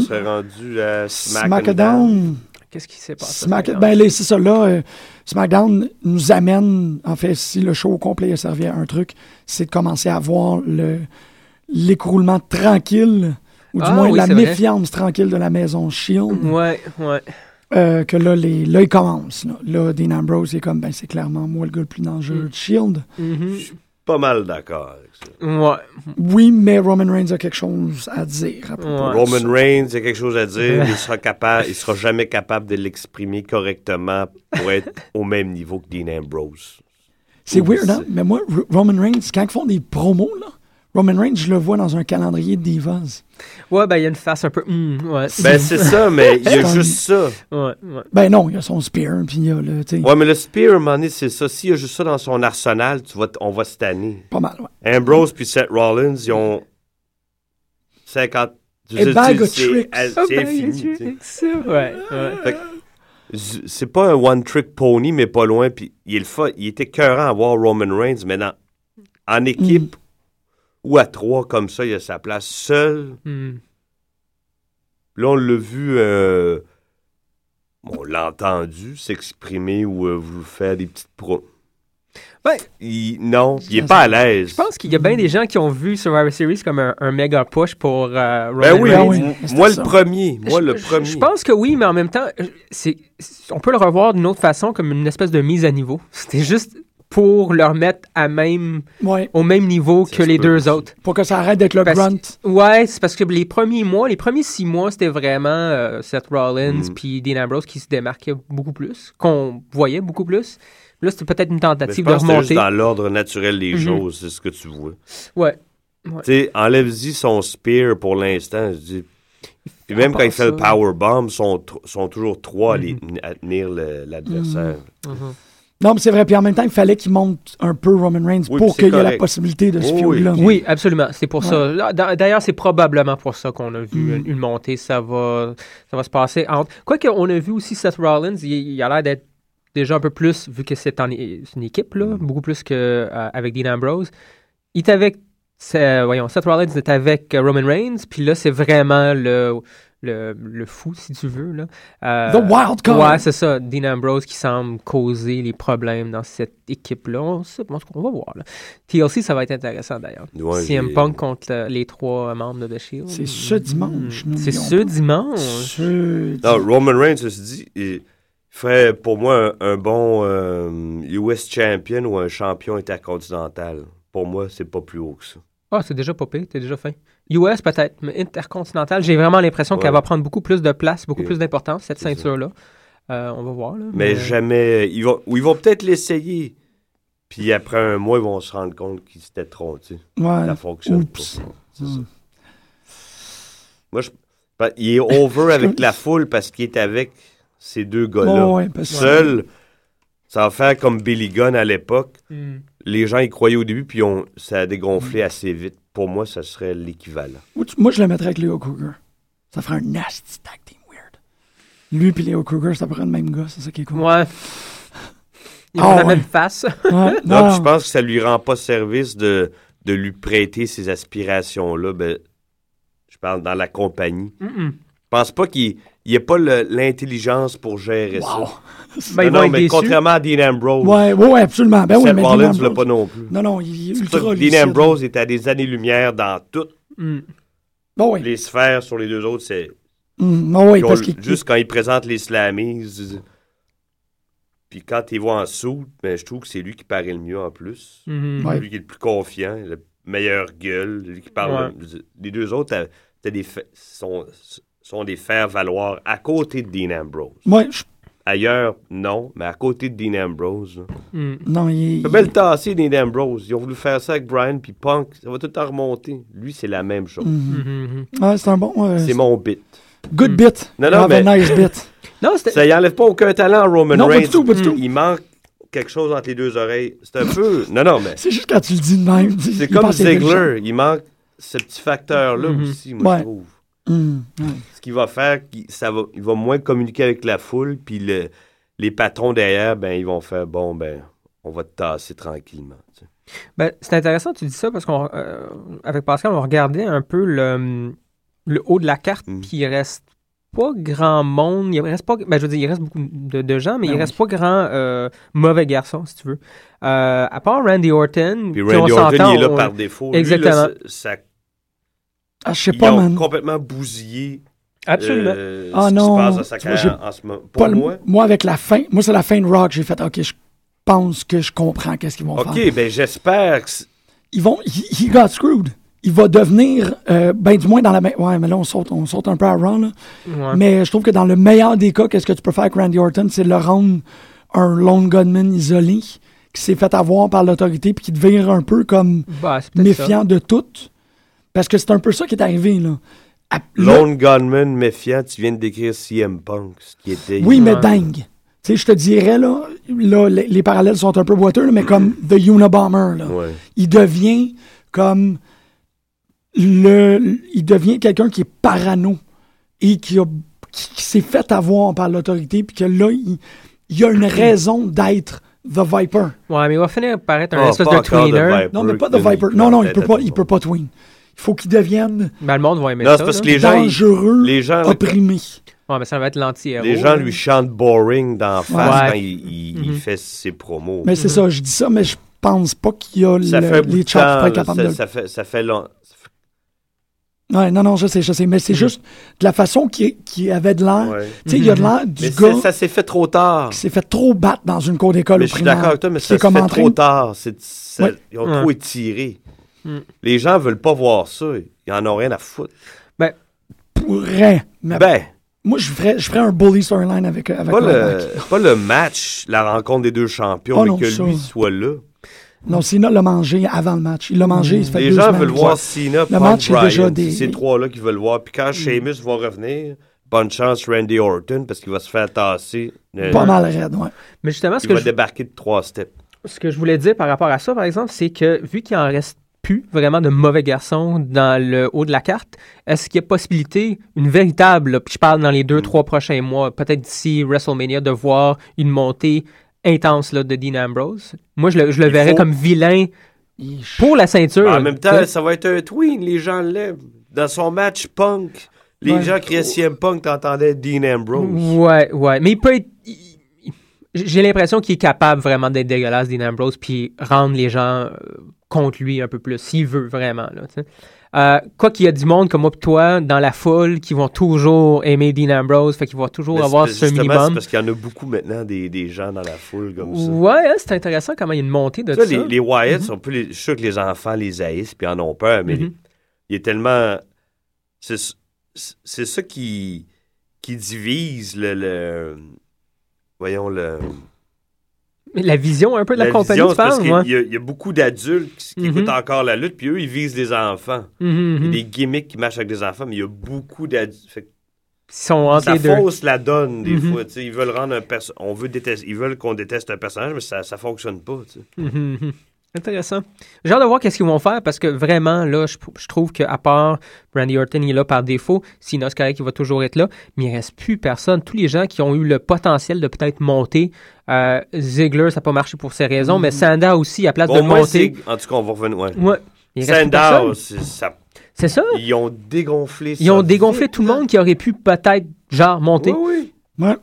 S3: Euh,
S4: serait rendu à SmackDown.
S3: SmackDown.
S5: Qu'est-ce qui s'est passé?
S3: Smack- ben, les- c'est ça, là, euh, SmackDown nous amène, en fait, si le show au complet a servi à un truc, c'est de commencer à voir le, l'écroulement tranquille, ou du
S5: Ah,
S3: moins
S5: oui,
S3: la
S5: c'est vrai. Mm.
S3: méfiance tranquille de la maison Shield,
S5: Ouais, ouais.
S3: euh, que là, les, là, il commence. Là. là, Dean Ambrose, il est comme, ben, c'est clairement moi le gars le plus
S4: Mm.
S3: dangereux de Shield.
S5: Mhm.
S4: Pas mal d'accord avec ça.
S5: Ouais.
S3: Oui, mais Roman Reigns a quelque chose à dire. à propos
S5: Ouais.
S3: de ça.
S4: Roman Reigns, il y a quelque chose à dire. Il sera capable, il sera jamais capable de l'exprimer correctement pour être au même niveau que Dean Ambrose.
S3: C'est
S4: Oui,
S3: weird, hein?
S4: c'est-
S3: Mais moi, R- Roman Reigns, quand ils font des promos, là, Roman Reigns, je le vois dans un calendrier de divas.
S5: Ouais, ben, il y a une face un peu. hmm, ouais.
S4: Ben, c'est ça, mais il y a
S3: C'est un-
S4: juste ça.
S5: Ouais, ouais.
S3: Ben non, il y a son spear, puis il y a le, tu sais,
S4: Ouais, mais le Spear, à un moment donné, c'est ça. S'il y a juste ça dans son arsenal, tu vas t- on va se tanner.
S3: pas mal, ouais.
S4: Ambrose puis Seth Rollins, ils ont 50... je
S3: Et
S4: veux dire,
S3: bag
S4: c'est-
S3: of
S4: c'est-
S3: tricks. Oh,
S4: elle-
S5: Ah,
S4: C'est
S5: ben,
S4: infini,
S5: tu-
S4: tu sais.
S5: ça, Ouais, ouais.
S4: Z- C'est pas un one-trick pony, mais pas loin. Puis il, est le fa- il était cœurant à voir Roman Reigns, mais dans- en équipe ou à trois comme ça, il a sa place seul.
S5: Hmm.
S4: Là, on l'a vu, euh, bon, on l'a entendu s'exprimer ou euh, vous faire des petites pro.
S5: Ben,
S4: Il- non, il est
S3: pense-
S4: pas à l'aise.
S5: Je pense qu'il y a bien des gens qui ont vu Survivor Series comme un, un méga push pour euh, Roman
S4: Ben oui,
S5: Reigns.
S3: Ben oui,
S4: m-
S3: c'était
S4: moi le
S3: ça.
S4: premier, moi
S5: Je-
S4: le
S5: je-
S4: premier.
S5: Je, pense que oui, mais en même temps, je- c'est, c'est- on peut le revoir d'une autre façon, comme une espèce de mise à niveau. C'était juste pour leur mettre à même,
S3: Ouais,
S5: au même niveau
S4: Ça
S5: que
S4: se
S5: les
S4: peut
S5: deux
S4: aussi.
S5: autres.
S3: pour que ça arrête d'être le
S5: Parce-
S3: grunt.
S5: Ouais, c'est parce que les premiers mois, les premiers six mois, c'était vraiment euh, Seth Rollins
S4: Mm.
S5: puis Dean Ambrose qui se démarquaient beaucoup plus, qu'on voyait beaucoup plus. Là, c'était peut-être une tentative de
S4: que c'est juste
S5: remonter.
S4: dans l'ordre naturel des
S5: Mhm.
S4: choses, c'est ce que tu vois.
S5: Ouais.
S4: Tu sais, enlève-y son spear pour l'instant, je dis. Puis même
S5: Ah, pas
S4: quand il fait
S5: ça.
S4: le powerbomb, sont tr- sont toujours trois à les-
S5: Mhm.
S4: à tenir le- l'adversaire.
S3: Non, mais c'est vrai. Puis en même temps, il fallait qu'il monte un peu Roman Reigns
S4: Oui, puis
S3: pour
S4: c'est
S3: qu'il y ait la
S4: correct.
S3: possibilité de se
S4: Oui,
S3: fiouler là.
S4: oui.
S5: Oui, absolument. C'est pour ça. Là, d'a- D'ailleurs, c'est probablement pour ça qu'on a vu une, une montée. Ça va, ça va se passer entre. Quoique, on a vu aussi Seth Rollins, il, il a l'air d'être déjà un peu plus, vu que c'est en é- c'est une équipe, là, beaucoup plus qu'avec Dean Ambrose. Il est avec. c'est- euh, voyons, Seth Rollins est avec euh, Roman Reigns, puis là, c'est vraiment le, le, le fou, si tu veux. Là. Euh,
S3: The Wild Card.
S5: Ouais, c'est ça. Dean Ambrose qui semble causer les problèmes dans cette équipe-là. On, sait- en tout cas, on va voir. Là. TLC, ça va être intéressant d'ailleurs.
S4: Ouais,
S5: CM
S4: j'ai-
S5: Punk contre euh, les trois euh, membres de The Shield.
S3: C'est ce dimanche.
S5: Mm.
S3: nous
S5: C'est
S3: l'oublions
S5: ce
S3: pas.
S5: dimanche.
S3: Ce
S4: Non, Roman Reigns, je dit, il ferait pour moi un, un bon euh, US champion ou un champion intercontinental. Pour moi, c'est pas plus haut que ça.
S5: Ah, c'est déjà popé, t'es déjà fin. US peut-être, mais intercontinental, j'ai vraiment l'impression
S4: Ouais.
S5: qu'elle va prendre beaucoup plus de place, beaucoup
S4: Et-
S5: plus d'importance, cette
S4: c'est ça.
S5: ceinture-là. Euh, on va voir. Là,
S4: Mais jamais. Ils vont, ou ils vont peut-être l'essayer. Puis après un mois, ils vont se rendre compte qu'ils s'étaient trompés.
S3: Ouais.
S4: Ça fonctionne pas.
S3: Oups.
S4: C'est ça. Moi, je. ben, Il est over avec la foule parce qu'il est avec ces deux gars-là.
S3: Ouais, ouais, parce que-
S4: Seul, ça va faire comme Billy Gunn à l'époque.
S5: Hmm.
S4: les gens y croyaient au début, puis on, ça a
S3: Mm.
S4: dégonflé assez vite. Pour moi, ça serait l'équivalent.
S3: Ou tu- Moi, je le mettrais avec Léo Kruger. Ça ferait un nasty tag team weird. Lui puis Léo Kruger, ça ferait le même gars, c'est ça qui est cool.
S5: Ouais. Ils
S3: Ah,
S5: ont la
S3: ouais.
S5: même face.
S3: Ouais,
S4: Non,
S3: non,
S4: puis je pense que ça lui rend pas service de, de lui prêter ses aspirations-là. Ben, je parle dans la compagnie.
S5: Mm-mm.
S4: Je pense pas qu'il n'y ait pas le- l'intelligence pour gérer
S3: Wow.
S4: ça. Non,
S5: Ben, ils vont
S4: non,
S5: être
S4: mais
S5: déçus.
S4: contrairement à Dean Ambrose,
S3: Ouais, ouais, ouais, absolument. Ben oui,
S4: Seth
S3: mais Dean
S4: Rollins ne l'a
S3: Ambrose-
S4: pas non plus.
S3: Non, non, il est
S4: C'est pour ça
S3: ultra
S4: que
S3: lucide.
S4: Dean Ambrose est à des années-lumière dans toutes
S5: Mm.
S3: Bon, oui.
S4: les sphères sur les deux autres. C'est
S3: Ben Mm, bon, oui,
S4: Ils ont-
S3: parce qu'il
S4: juste quand ils présentent les slammies, puis quand ils voient en sous, ben, je trouve que c'est lui qui paraît le mieux en plus.
S5: Mhm.
S3: Ouais.
S4: Lui qui est le plus confiant, la meilleure gueule, lui qui parle. le- Les deux autres t'as- t'as des fa- sont, sont des faire-valoir à côté de Dean Ambrose.
S3: Ouais, je-
S4: Ailleurs, non, mais à côté de Dean Ambrose. là.
S5: Mm.
S3: Non, il
S4: Il peut bien le tasser, Dean Ambrose. Ils ont voulu faire ça avec Brian, puis Punk. Ça va tout le temps remonter. Lui, c'est la même chose.
S3: Mm.
S5: Mhm.
S3: Ouais, c'est un bon. euh,
S4: C'est mon bit.
S3: Good bit.
S4: Non, non,
S3: Have a
S4: mais-
S3: nice bit.
S5: Non, c'était.
S4: Ça y enlève pas aucun talent, Roman
S3: Non, pas
S4: Reigns.
S3: du tout, pas du tout.
S4: Il manque quelque chose entre les deux oreilles. C'est un peu. Non, non, mais.
S3: C'est juste quand tu le dis de même. tu-
S4: C'est
S3: il
S4: comme
S3: pense que c'est quelque
S4: Ziggler. Il manque ce petit facteur-là
S5: Mhm.
S4: aussi, moi,
S3: Mm-hmm. Ouais.
S4: je trouve.
S3: chose. Mm, ouais.
S4: Ce qui va faire, qu'il ça va, il va moins communiquer avec la foule, puis le- les patrons derrière, ben, ils vont faire bon, ben, on va te tasser tranquillement. tu sais.
S5: Ben, c'est intéressant, que tu dis ça, parce qu'on euh, avec Pascal, on regardait un peu le, le haut de la carte,
S4: Mm.
S5: puis il reste pas grand monde. Il reste pas. Ben, je veux dire, il reste beaucoup de, de gens, mais
S3: Ben
S5: il reste pas grand euh, mauvais garçon, si tu veux. Euh, à part Randy Orton,
S4: Puis
S5: qui, on
S4: Randy Orton,
S5: s'entend,
S4: il est là
S5: on-
S4: par défaut. Lui, là,
S5: Exactement.
S4: ça, ça-
S3: Ah, je sais
S4: ils
S3: pas,
S4: ont
S3: man.
S4: complètement bousillé
S5: Absolument.
S4: euh,
S3: Ah,
S4: ce qui
S3: non.
S4: se passe dans sa
S3: Tu vois, j'ai
S4: carrière en ce moment. Pour
S3: Pas le-
S4: moi,
S3: Moi, avec la fin. Moi, c'est la fin de Rock. J'ai fait, OK, je pense que je comprends qu'est-ce qu'ils vont faire.
S4: OK, ben, j'espère que. c'est-
S3: ils vont, he, he got screwed. Il va devenir, euh, ben du moins dans la, me- ouais, mais là on saute, on saute un peu à Ron. là.
S5: Ouais.
S3: Mais je trouve que dans le meilleur des cas, qu'est-ce que tu peux faire avec Randy Orton, c'est le rendre un lone gunman isolé qui s'est fait avoir par l'autorité puis qui devient un peu comme
S5: Ben, c'est peut-être ça.
S3: méfiant de tout, parce que c'est un peu ça qui est arrivé là. À- là,
S4: Lone Gunman méfiant, tu viens de décrire CM Punk, ce qui était.
S3: oui, mais
S5: Ouais.
S3: dingue. Tu sais, je te dirais là, là les, les parallèles sont un peu boiteux, là, mais comme The Unabomber là.
S4: Mm. Ouais.
S3: il devient comme le il devient quelqu'un qui est parano et qui a qui, qui s'est fait avoir par l'autorité puis que là il, il y a
S4: Mm.
S3: une raison d'être The Viper.
S5: Ouais, mais il va finir par être un
S4: Ah,
S5: espèce
S4: pas
S5: de
S4: encore de
S5: tweener.
S4: Viper.
S3: Non mais pas The
S4: Là,
S3: Viper.
S4: il-
S3: Non non, il
S4: la
S3: peut
S4: tête
S3: pas
S4: à
S3: il
S4: tout
S3: peut
S4: le
S3: pas tween. Il faut qu'il devienne
S5: Ben, le monde va aimer
S4: Non,
S5: ça.
S4: c'est parce que
S5: là.
S4: les gens, ils-
S3: dangereux,
S4: les gens-
S3: opprimé.
S5: Ouais, Mm-hmm. mais ça va être l'anti-héros.
S4: Les gens
S5: là.
S4: lui chantent boring d'en face
S5: Ouais.
S4: quand il, il- il fait ses promos.
S3: Mais c'est
S5: Mm-hmm.
S3: ça, je dis ça mais je pense pas qu'il y a
S4: Mm-hmm. ça
S3: le-
S4: fait un bout
S3: les
S4: de temps,
S3: chops pour
S4: là,
S3: être capable de
S4: ça,
S3: le
S4: ça fait ça fait long. ça fait-
S3: Ouais, non non, je sais, je sais, mais c'est juste de la façon qui qui avait de l'air.
S4: Ouais.
S3: Tu sais, il y a de l'air du
S4: Mais
S3: gars
S4: c'est- ça s'est fait trop tard.
S3: qui s'est fait trop battre dans une cour d'école
S4: Mais
S3: au
S4: je suis
S3: primaire.
S4: d'accord avec toi, mais
S3: qui
S4: ça
S3: est
S4: s'est
S3: comme
S4: fait
S3: en train
S4: trop tard. C'est- ça-
S3: Ouais.
S4: Ils ont
S5: Ouais.
S4: trop étiré. Les gens veulent pas voir ça. Ils en ont rien à foutre.
S5: Ben,
S3: de- pourrait. Mais
S4: Ben,
S3: moi, je ferais, je ferais un bully storyline avec, avec
S4: pas
S3: Ryback.
S4: le, pas le match, la rencontre des deux champions,
S3: Oh
S4: mais
S3: non,
S4: que
S3: ça.
S4: lui soit là.
S3: Non, Cena l'a mangé avant le match. Il l'a mangé, il se fait
S4: Les
S3: deux
S4: gens
S3: semaines.
S4: veulent voir Cena,
S3: Le
S4: Punk,
S3: match est déjà
S4: Bryan.
S3: des- Mm.
S4: C'est ces trois-là qui veulent voir. Puis quand Sheamus va revenir, Bonne chance, Randy Orton, parce qu'il va se faire tasser. Euh,
S3: Pas mal raide, ouais.
S5: Mais justement, ce
S4: Il
S5: que,
S4: va
S5: je,
S4: débarquer de trois steps.
S5: ce que je voulais dire par rapport à ça, par exemple, c'est que vu qu'il en reste plus vraiment de mauvais garçons dans le haut de la carte, est-ce qu'il y a possibilité, une véritable, là, puis je parle dans les deux,
S4: Mm.
S5: trois prochains mois, peut-être d'ici WrestleMania, de voir une montée intense là, de Dean Ambrose? Moi, je le, je le verrais
S4: faut. Ben,
S5: comme vilain pour la ceinture.
S4: Bah, en même temps,
S5: tu sais.
S4: ça va être un twin, les gens l'lèvent. Dans son match punk, les gens criaient CM Punk, t'entendais Dean Ambrose.
S5: Ouais, ouais. Mais il peut être. il- il- J'ai l'impression qu'il est capable vraiment d'être dégueulasse, Dean Ambrose, puis rendre les gens euh, contre lui un peu plus, s'il veut vraiment. Là, tu sais. Euh, quoi qu'il y a du monde comme moi pis toi dans la foule qui vont toujours aimer Dean Ambrose, fait qu'ils vont toujours
S4: Mais
S5: avoir
S4: c'est-
S5: ce
S4: justement,
S5: minimum.
S4: C'est parce qu'il y en a beaucoup maintenant des, des gens dans la foule comme ça.
S5: Ouais, hein, c'est intéressant comment il y a une montée de
S4: Ça,
S5: ça. Mm-hmm.
S4: les, les Wyatt sont plus. les- je suis sûr que les enfants les haïssent puis en ont peur, mais
S5: Mhm.
S4: il est tellement. C'est s- c'est ça qui, qui divise le, le- Voyons le.
S5: La vision un peu de la, compagnie,
S4: vision,
S5: tu
S4: c'est parce
S5: parles,
S4: qu'il
S5: ouais.
S4: y, a- il y a beaucoup d'adultes qui, qui
S5: Mhm.
S4: écoutent encore la lutte, puis eux, ils visent les enfants.
S5: Mhm,
S4: Il y a
S5: mhm.
S4: des gimmicks qui marchent avec des enfants, mais il y a beaucoup d'adultes. Fait que
S5: Ils sont entre
S4: Ça
S5: les deux.
S4: fausse la donne, des
S5: Mhm.
S4: fois. tu sais. Ils veulent rendre un perso- on veut détester, Ils veulent qu'on déteste un personnage, mais ça, ça fonctionne pas. tu sais.
S5: Mhm, mhm. Intéressant. J'ai hâte de voir qu'est-ce qu'ils vont faire parce que vraiment, là, je, je trouve qu'à part Randy Orton, il est là par défaut. Sinon, Scarlett, il va toujours être là. Mais il reste plus personne. Tous les gens qui ont eu le potentiel de peut-être monter. Euh, Ziggler, ça n'a pas marché pour ses raisons, mais Sandow aussi, à place
S4: Mm. Bon,
S5: de
S4: moi,
S5: monter.
S4: c'est- En tout cas, on va revenir. ouais.
S5: Ouais. Il reste plus
S4: Sandow,
S5: personne.
S4: c'est- ça-
S5: C'est ça?
S4: ils ont dégonflé.
S5: Ils
S4: ça
S5: ont dégonflé
S4: vite,
S5: tout le
S4: là.
S5: monde qui aurait pu peut-être, genre, monter.
S4: Oui, oui.
S3: Ouais.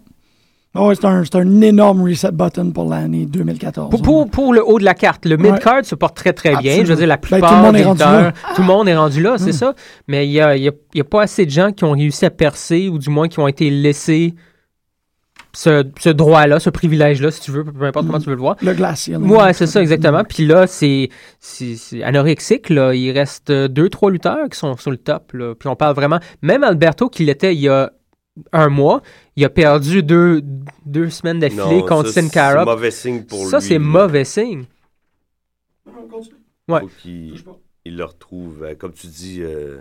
S3: Ah ouais, c'est un, c'est un énorme reset button pour l'année 2014.
S5: Pour,
S3: hein.
S5: pour, pour le haut de la carte, le mid-card se porte très très bien.
S3: Absolument.
S5: Je veux dire, la
S3: Ben, tout le
S5: plupart
S3: monde
S5: des
S3: est rendu
S5: lutteurs-
S3: là. Hmm.
S5: tout le monde est rendu là, c'est ça. Mais il n'y a, il y a- il y a pas assez de gens qui ont réussi à percer ou du moins qui ont été laissés ce, ce droit-là, ce privilège-là, si tu veux, peu importe comment tu veux le voir.
S3: Le glacier. là.
S5: Ouais, c'est ça, exactement. Puis là, c'est c'est- c'est anorexique. Là. Il reste euh, deux, trois lutteurs qui sont sur le top. Là. Puis on parle vraiment. Même Alberto, qui l'était il y a un mois, il a perdu deux, deux semaines d'affilée
S4: Non,
S5: contre
S4: ça,
S5: Sin Cara.
S4: C'est mauvais signe pour lui.
S5: Ça, c'est
S4: là.
S5: mauvais signe. ouais.
S4: Faut qu'il il le retrouve. euh, Comme tu dis, euh,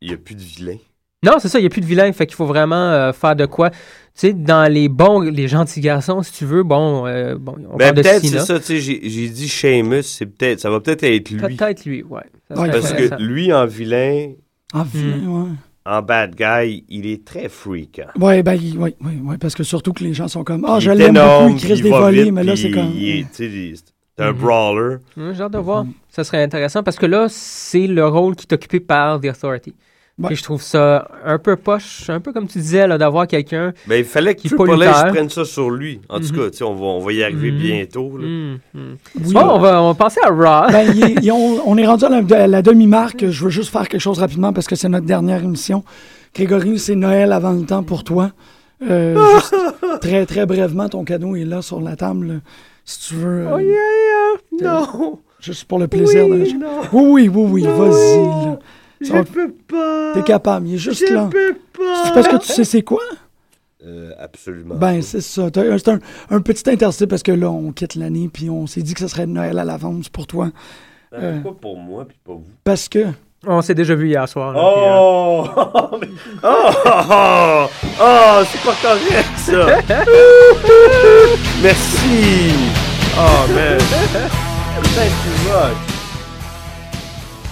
S4: il n'y a plus de vilain.
S5: Non, c'est ça, il n'y a plus de vilain, fait qu'il faut vraiment euh, faire de quoi. Tu sais, dans les bons, les gentils garçons, si tu veux, bon, euh, bon on
S4: Mais
S5: parle
S4: Ben,
S5: de
S4: peut-être, c'est
S5: Cena.
S4: ça. tu sais, J'ai j'ai dit Seamus, c'est peut-être. Ça va peut-être être lui.
S5: Peut-être lui, ouais. Ça
S3: Ouais,
S5: serait
S4: Parce
S5: intéressant.
S4: que lui, en vilain,
S3: En ville, Ah,
S5: Hmm.
S3: ouais.
S4: en bad guy, il est très freak. hein.
S3: Ouais, ben, il- ouais, ouais, ouais, parce que surtout que les gens sont comme Ah,
S4: il
S3: je
S4: est
S3: l'aime beaucoup,
S4: énorme,
S3: il crise
S4: il
S3: des
S4: va
S3: volets,
S4: vite,
S3: mais là,
S4: puis
S3: c'est comme. Mm-hmm.
S4: il est- tu sais, il est- C'est un brawler.
S5: Hum, J'ai hâte de voir. Ça serait intéressant parce que là, c'est le rôle qui est occupé par The Authority.
S3: Ouais.
S5: Et je trouve ça un peu poche, un peu comme tu disais, là, d'avoir quelqu'un.
S4: Ben, il fallait que
S5: Qui est
S4: Triple H
S5: polluteur.
S4: prenne ça sur lui. En
S3: Mm-hmm.
S4: tout cas, tu sais, on va, on va y arriver
S5: Mhm.
S4: bientôt.
S3: Mm.
S4: là.
S5: Hum, hum.
S3: Oui.
S5: Bon, on va, on va passer à Raw.
S3: Ben, il est- il- on, on est rendu à la, à la demi-marque. Je veux juste faire quelque chose rapidement parce que c'est notre dernière émission. Grégory, c'est Noël avant le temps pour toi. Euh, juste très, très brièvement, ton cadeau est là sur la table. Si tu veux. euh,
S4: Oh, Non!
S3: Juste pour le plaisir de.
S4: non.
S3: Oui, oui, oui, oui, vas-y. là. Ça va-
S4: peux pas!
S3: T'es capable, il est juste là.
S4: peux pas!
S3: C'est parce que tu sais c'est quoi?
S4: Euh, absolument.
S3: Ben, c'est ça. T'as- C'est un, un petit interstice parce que là, on quitte l'année, puis on s'est dit que ce serait Noël à l'avance pour toi.
S4: Attends,
S3: euh,
S4: Pourquoi pour moi puis Euh, pas vous?
S3: Parce que.
S5: On s'est déjà vu hier soir. là, puis, euh,
S4: Oh! oh! Oh! Oh! C'est pas correct, ça! Merci! Oh, man! Thank you much!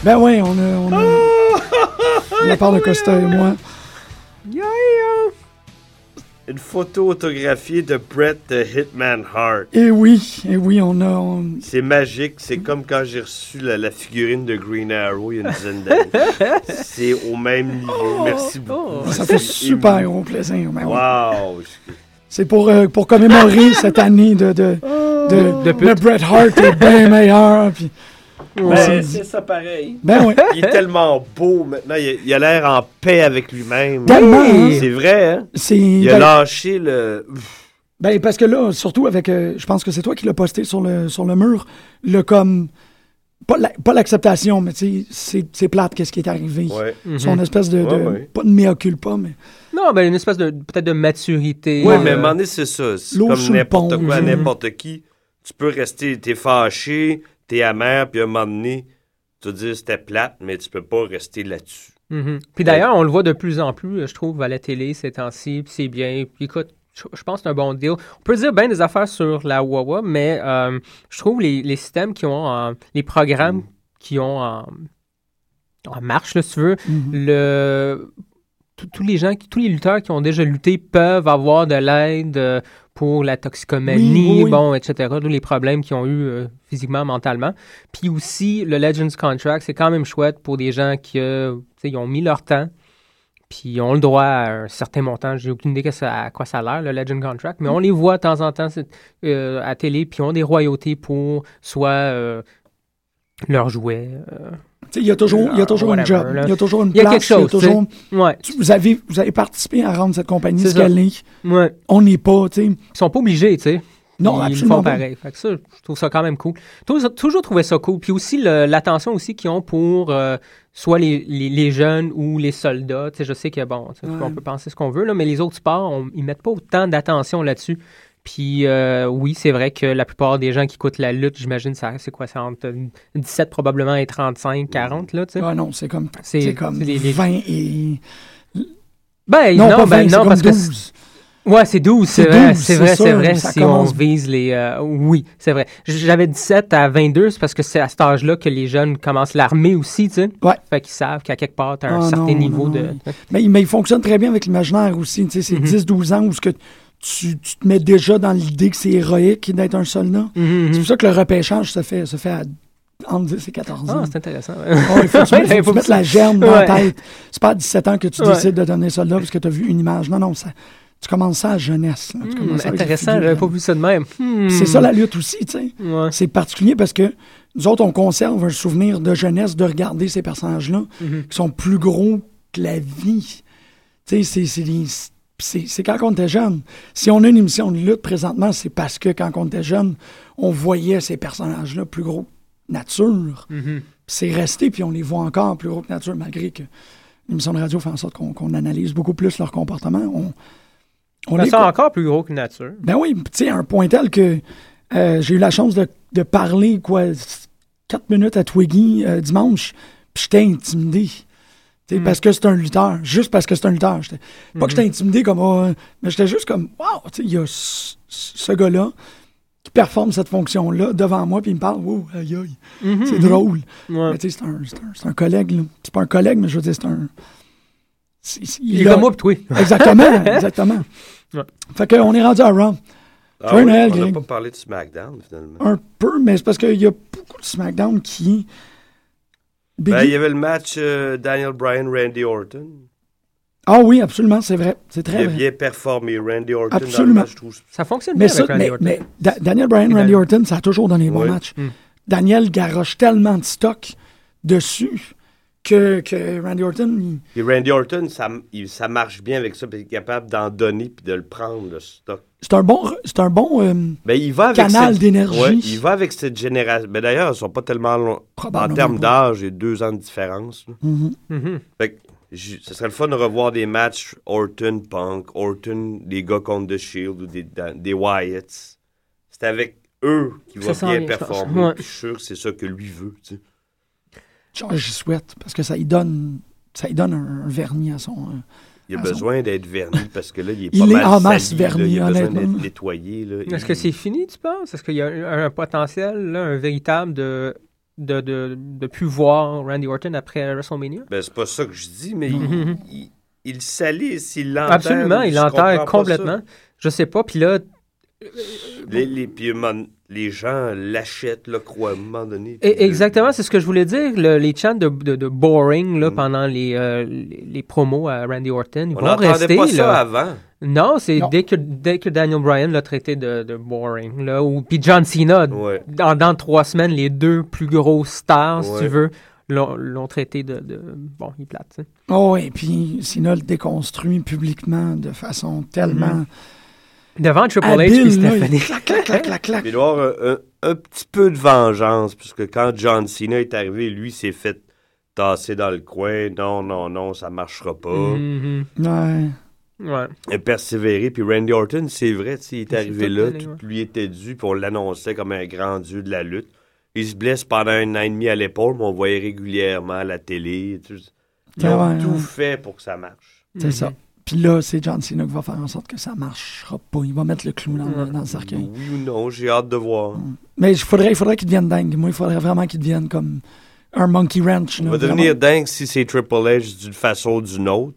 S3: Ben ouais, on a. On a...
S4: Ah!
S3: La part de Costa et moi.
S4: Une photo autographiée de Brett de Hitman Hart.
S3: Et oui, et oui, on a. on-
S4: C'est magique. C'est comme quand j'ai reçu la, la figurine de Green Arrow il y a une dizaine d'années. c'est au même niveau. Merci beaucoup.
S3: Ça fait
S4: Je suis
S3: super
S4: ému.
S3: gros plaisir. ben oui.
S4: Wow!
S3: C'est pour, euh, pour commémorer cette année de. de,
S4: Ah!
S3: de,
S5: De pute.
S3: de Bret Hart est bien meilleur. Puis,
S4: Ben, c'est ça pareil.
S3: ben ouais.
S4: Il est tellement beau maintenant. Il a- il a l'air en paix avec lui-même.
S3: Tellement, hein.
S4: C'est vrai, hein?
S3: C'est.
S4: Il a
S3: ben-
S4: lâché le.
S3: Ben, parce que là, surtout avec, euh, je pense que c'est toi qui l'as posté sur le, sur le mur, le comme, pas la- pas l'acceptation, mais tu sais, c'est- c'est plate qu'est-ce qui est arrivé.
S4: Ouais.
S5: Mm-hmm.
S3: Son espèce de, de-
S4: Ouais, ouais.
S3: pas de mea culpa, mais
S5: Non, ben une espèce de peut-être de maturité.
S4: Oui,
S5: euh,
S4: mais à un moment donné, c'est ça. C'est
S3: L'eau
S4: comme
S3: sous le
S4: n'importe
S3: pont.
S4: quoi,
S3: Mhm.
S4: n'importe qui. Tu peux rester, t'es fâché, t'es amer, puis à un moment donné, tu vas dire c'était plate, mais tu peux pas rester là-dessus.
S5: Mhm. Puis d'ailleurs, on le voit de plus en plus, je trouve, à la télé ces temps-ci, puis c'est bien. Puis écoute, je je pense que c'est un bon deal. On peut dire bien des affaires sur la Huawei, mais euh, je trouve les, les systèmes qui ont, en- les programmes qui ont en, en marche, là, si tu veux,
S3: Mm-hmm.
S5: le, tous- tous les gens, qui- tous les lutteurs qui ont déjà lutté peuvent avoir de l'aide euh, pour la toxicomanie,
S3: Oui, oui, oui.
S5: bon, etc. Tous les problèmes qu'ils ont eu euh, physiquement, mentalement. Puis aussi, le Legends Contract, c'est quand même chouette pour des gens qui euh, tu sais, ils ont mis leur temps. Puis ils ont le droit à un certain montant. J'ai aucune idée que ça- à quoi ça a l'air, le Legend Contract.
S3: Mm.
S5: Mais on les voit de temps en temps c'est, euh, à télé, puis ils ont des royautés pour soit euh, leurs jouets. euh,
S3: Tu sais, Il y a toujours, il y a toujours une
S5: Whatever,
S3: job.
S5: là.
S3: Il y a toujours une
S5: Il y a
S3: place.
S5: quelque chose, tu sais.
S3: toujours-
S5: ouais,
S3: tu- vous, avez, vous avez participé à rendre cette compagnie
S5: C'est
S3: ce qu'elle
S5: ça.
S3: est.
S5: ouais.
S3: On n'est pas, tu sais.
S5: Ils sont pas obligés, tu sais.
S3: Non,
S5: ils
S3: absolument
S5: le font
S3: pas.
S5: pareil. Fait que ça, je trouve ça quand même cool. Toujours, toujours trouvé ça cool. Puis aussi le- l'attention aussi qu'ils ont pour euh, soit les, les- les jeunes ou les soldats. Tu sais, je sais que bon, tu sais, on peut penser ce qu'on veut là, mais les autres sports, on- ils mettent pas autant d'attention là-dessus. Puis euh, oui, c'est vrai que la plupart des gens qui écoutent la lutte, j'imagine, ça c'est quoi, c'est entre 17 probablement et 35, 40 là, tu sais.
S3: Ah non, c'est comme,
S5: C'est-
S3: c'est comme
S5: c'est les- les-
S3: 20 et.
S5: Ben non,
S3: Non, pas 20,
S5: ben,
S3: c'est
S5: non
S3: comme
S5: parce que
S3: 12.
S5: Ouais, c'est 12, c'est
S3: C'est
S5: vrai,
S3: 12,
S5: c'est
S3: c'est
S5: vrai,
S3: sûr,
S5: c'est vrai,
S3: ça
S5: si
S3: commence-
S5: on vise les... euh, oui, c'est vrai. J- J'avais 17 à 22, c'est parce que c'est à cet âge-là que les jeunes commencent l'armée aussi, tu sais.
S3: Ouais.
S5: Fait qu'ils savent qu'à quelque part, t'as un
S3: Ah,
S5: certain
S3: non,
S5: niveau
S3: non,
S5: de...
S3: non. Mais, mais il fonctionne très bien avec l'imaginaire aussi. tu sais, C'est
S5: Mm-hmm.
S3: 10-12 ans où ce que tu, tu te mets déjà dans l'idée que c'est héroïque d'être un soldat.
S5: Mhm,
S3: C'est
S5: mhm.
S3: pour ça que le repêchage se fait, se fait à entre 10 et 14 ans.
S5: Ah, c'est intéressant. ouais.
S3: Oh, il faut que tu, mettes-
S5: Ouais,
S3: faut que tu
S5: faut
S3: mettes
S5: ça.
S3: la germe dans la
S5: Ouais.
S3: tête. C'est pas à 17 ans que tu
S5: Ouais.
S3: décides de devenir soldat parce que tu as vu une image. Non, non, ça, tu commences ça à la jeunesse. là. Tu
S5: Hmm,
S3: commences ça avec la
S5: intéressant,
S3: figure,
S5: j'avais
S3: là.
S5: pas vu ça de même. Hmm.
S3: C'est ça la lutte aussi, tu sais.
S5: Ouais.
S3: C'est particulier parce que nous autres, on conserve un souvenir de jeunesse de regarder ces personnages-là
S5: Mhm.
S3: qui sont plus gros que la vie. Tu sais, c'est- c'est des- c'est- c'est quand on était jeune. Si on a une émission de lutte présentement, c'est parce que quand on était jeune, on voyait ces personnages-là plus gros que nature.
S5: Mhm.
S3: C'est resté, puis on les voit encore plus gros que nature, malgré que l'émission de radio fait en sorte qu'on qu'on analyse beaucoup plus leur comportement. On, on
S5: Ils
S3: les-
S5: sont Ben, encore plus gros que nature.
S3: ben oui, tu sais, à un point tel que euh, j'ai eu la chance de, de parler, quoi, quatre minutes à Twiggy euh, dimanche, puis j'étais intimidé. Tu
S5: Mm.
S3: sais, Parce que c'est un lutteur, juste parce que c'est un lutteur. J'étais- Pas que j'étais
S5: Mm-hmm.
S3: intimidé comme. euh, mais j'étais juste comme, waouh, tu sais, il y a ce, ce gars-là qui performe cette fonction-là devant moi, puis il me parle, wow, aïe, aïe, c'est drôle.
S5: Mm-hmm, Ouais.
S3: Mais tu sais, c'est un, c'est un- c'est un collègue, là. C'est pas un collègue, mais je veux dire, c'est un. c'est- c'est-
S5: Il est
S3: a-
S5: comme moi pis toi.
S3: Exactement, exactement.
S5: Ouais.
S3: Fait qu'on est rendu à Raw.
S4: Ah
S3: Joyeux
S4: oui,
S3: Noël,
S4: on n'a
S3: Greg. Ah,
S4: pas parlé de SmackDown, finalement.
S3: Un peu, mais c'est parce qu'il y a beaucoup de SmackDown qui. Big
S4: Ben,
S3: E-
S4: il y avait le match euh, Daniel Bryan, Randy Orton.
S3: Ah oui, absolument, c'est vrai. C'est
S4: Il
S3: très
S4: a
S3: vrai.
S4: bien performé Randy Orton dans
S3: Ah, Absolument.
S4: le match, je trouve.
S5: Ça fonctionne
S3: Mais,
S5: bien
S3: ça,
S5: avec Randy
S3: mais-
S5: Orton.
S3: mais Da- Daniel Bryan,
S5: Et
S3: Randy
S5: Daniel- Hmm.
S3: Orton, ça a toujours donné les bons
S4: Oui.
S3: matchs. Daniel garoche tellement de stock dessus que, que Randy Orton. il-
S4: Puis Randy Orton, ça, il- ça marche bien avec ça, puis il est capable d'en donner puis de le prendre, le stock.
S3: C'est un bon. re- C'est un bon. euh,
S4: Ben, il va avec
S3: Canal
S4: cette-
S3: d'énergie.
S4: Ouais, il va avec cette génération. Ben, d'ailleurs, ils sont pas tellement longs. En
S3: Probablement
S4: termes
S3: pas. Mm-hmm.
S4: d'âge, il y a deux ans de différence. là.
S5: Mhm.
S4: Fait que, j- ce serait le fun de revoir des matchs Orton Punk, Orton, des gars contre The Shield ou des, da- des Wyatts. C'est avec eux qu'il va
S5: Ça sent
S4: bien
S5: bien, je pense.
S4: performer.
S5: Ouais.
S4: Puis Je suis sûr que c'est ça que lui veut. tu sais.
S3: genre, Ah, J'y souhaite parce que ça lui donne. Ça lui donne un, un vernis à son. euh,
S4: Il a
S3: Ah,
S4: besoin d'être verni parce que là, il est
S3: Il
S4: pas
S3: est
S4: mal
S3: en masse
S4: sali, là.
S3: verni,
S4: Il a besoin
S3: honnêtement.
S4: d'être nettoyé. là. Il-
S5: Est-ce que c'est fini, tu penses? Est-ce qu'il y a un, un potentiel, là, un véritable de, de, de, de plus voir Randy Orton après WrestleMania?
S4: Ben, c'est pas ça que je dis, mais il- il, il, le salit s'il l'enterre.
S5: Mhm. Absolument, il
S4: je comprends pas
S5: l'enterre
S4: ça.
S5: complètement. Je sais pas, puis là, e-
S4: Les, les, puis, man, les gens l'achètent, le croient à un moment donné. puis euh,
S5: e-
S4: le-
S5: exactement, c'est ce que je voulais dire. le- les chants de, de- de boring là, pendant les, euh, les, les promos à Randy Orton, ils
S4: Mm. On
S5: vont
S4: n'entendait
S5: rester.
S4: pas
S5: là.
S4: ça avant.
S5: Non, c'est
S3: Non.
S5: dès que, dès que Daniel Bryan l'a traité de, de boring. Là, ou, puis John Cena,
S4: Ouais.
S5: dans, dans trois semaines, les deux plus grosses stars, si
S4: Ouais.
S5: tu veux, l'ont l'ont traité de, de- Bon, il est plate. tu sais.
S3: Oh, et puis Sina le déconstruit publiquement de façon tellement.
S5: Devant Hmm. Triple H et
S3: habile. là, il-
S5: Stephanie.
S3: clac, clac, clac, clac, clac.
S4: Mais il doit y avoir un, un- un petit peu de vengeance, puisque quand John Cena est arrivé, lui s'est fait tasser dans le coin. Non, non, non, ça marchera pas.
S5: Mhm.
S3: Ouais.
S5: Ouais.
S4: Il a persévéré. Puis Randy Orton, c'est vrai, tu sais, il est
S5: Il s'est
S4: arrivé
S5: tout
S4: là,
S5: donné,
S4: tout
S5: ouais.
S4: lui était dû, puis on l'annonçait comme un grand dieu de la lutte. Il se blesse pendant un an et demi à l'épaule, mais on voyait régulièrement à la télé. tu sais. Ils
S5: Ah
S4: ont
S3: Ouais,
S4: tout
S3: ouais.
S4: fait pour que ça marche.
S3: C'est ça. Puis là, c'est John Cena qui va faire en sorte que ça marchera pas. Il va mettre le clou dans, dans le cercueil.
S4: Oui ou non, j'ai hâte de voir.
S3: Mais il faudrait, il faudrait qu'il devienne dingue. Moi, il faudrait vraiment qu'il devienne comme un monkey wrench.
S4: Il
S3: là,
S4: va
S3: vraiment.
S4: devenir dingue si c'est Triple H d'une façon ou d'une autre.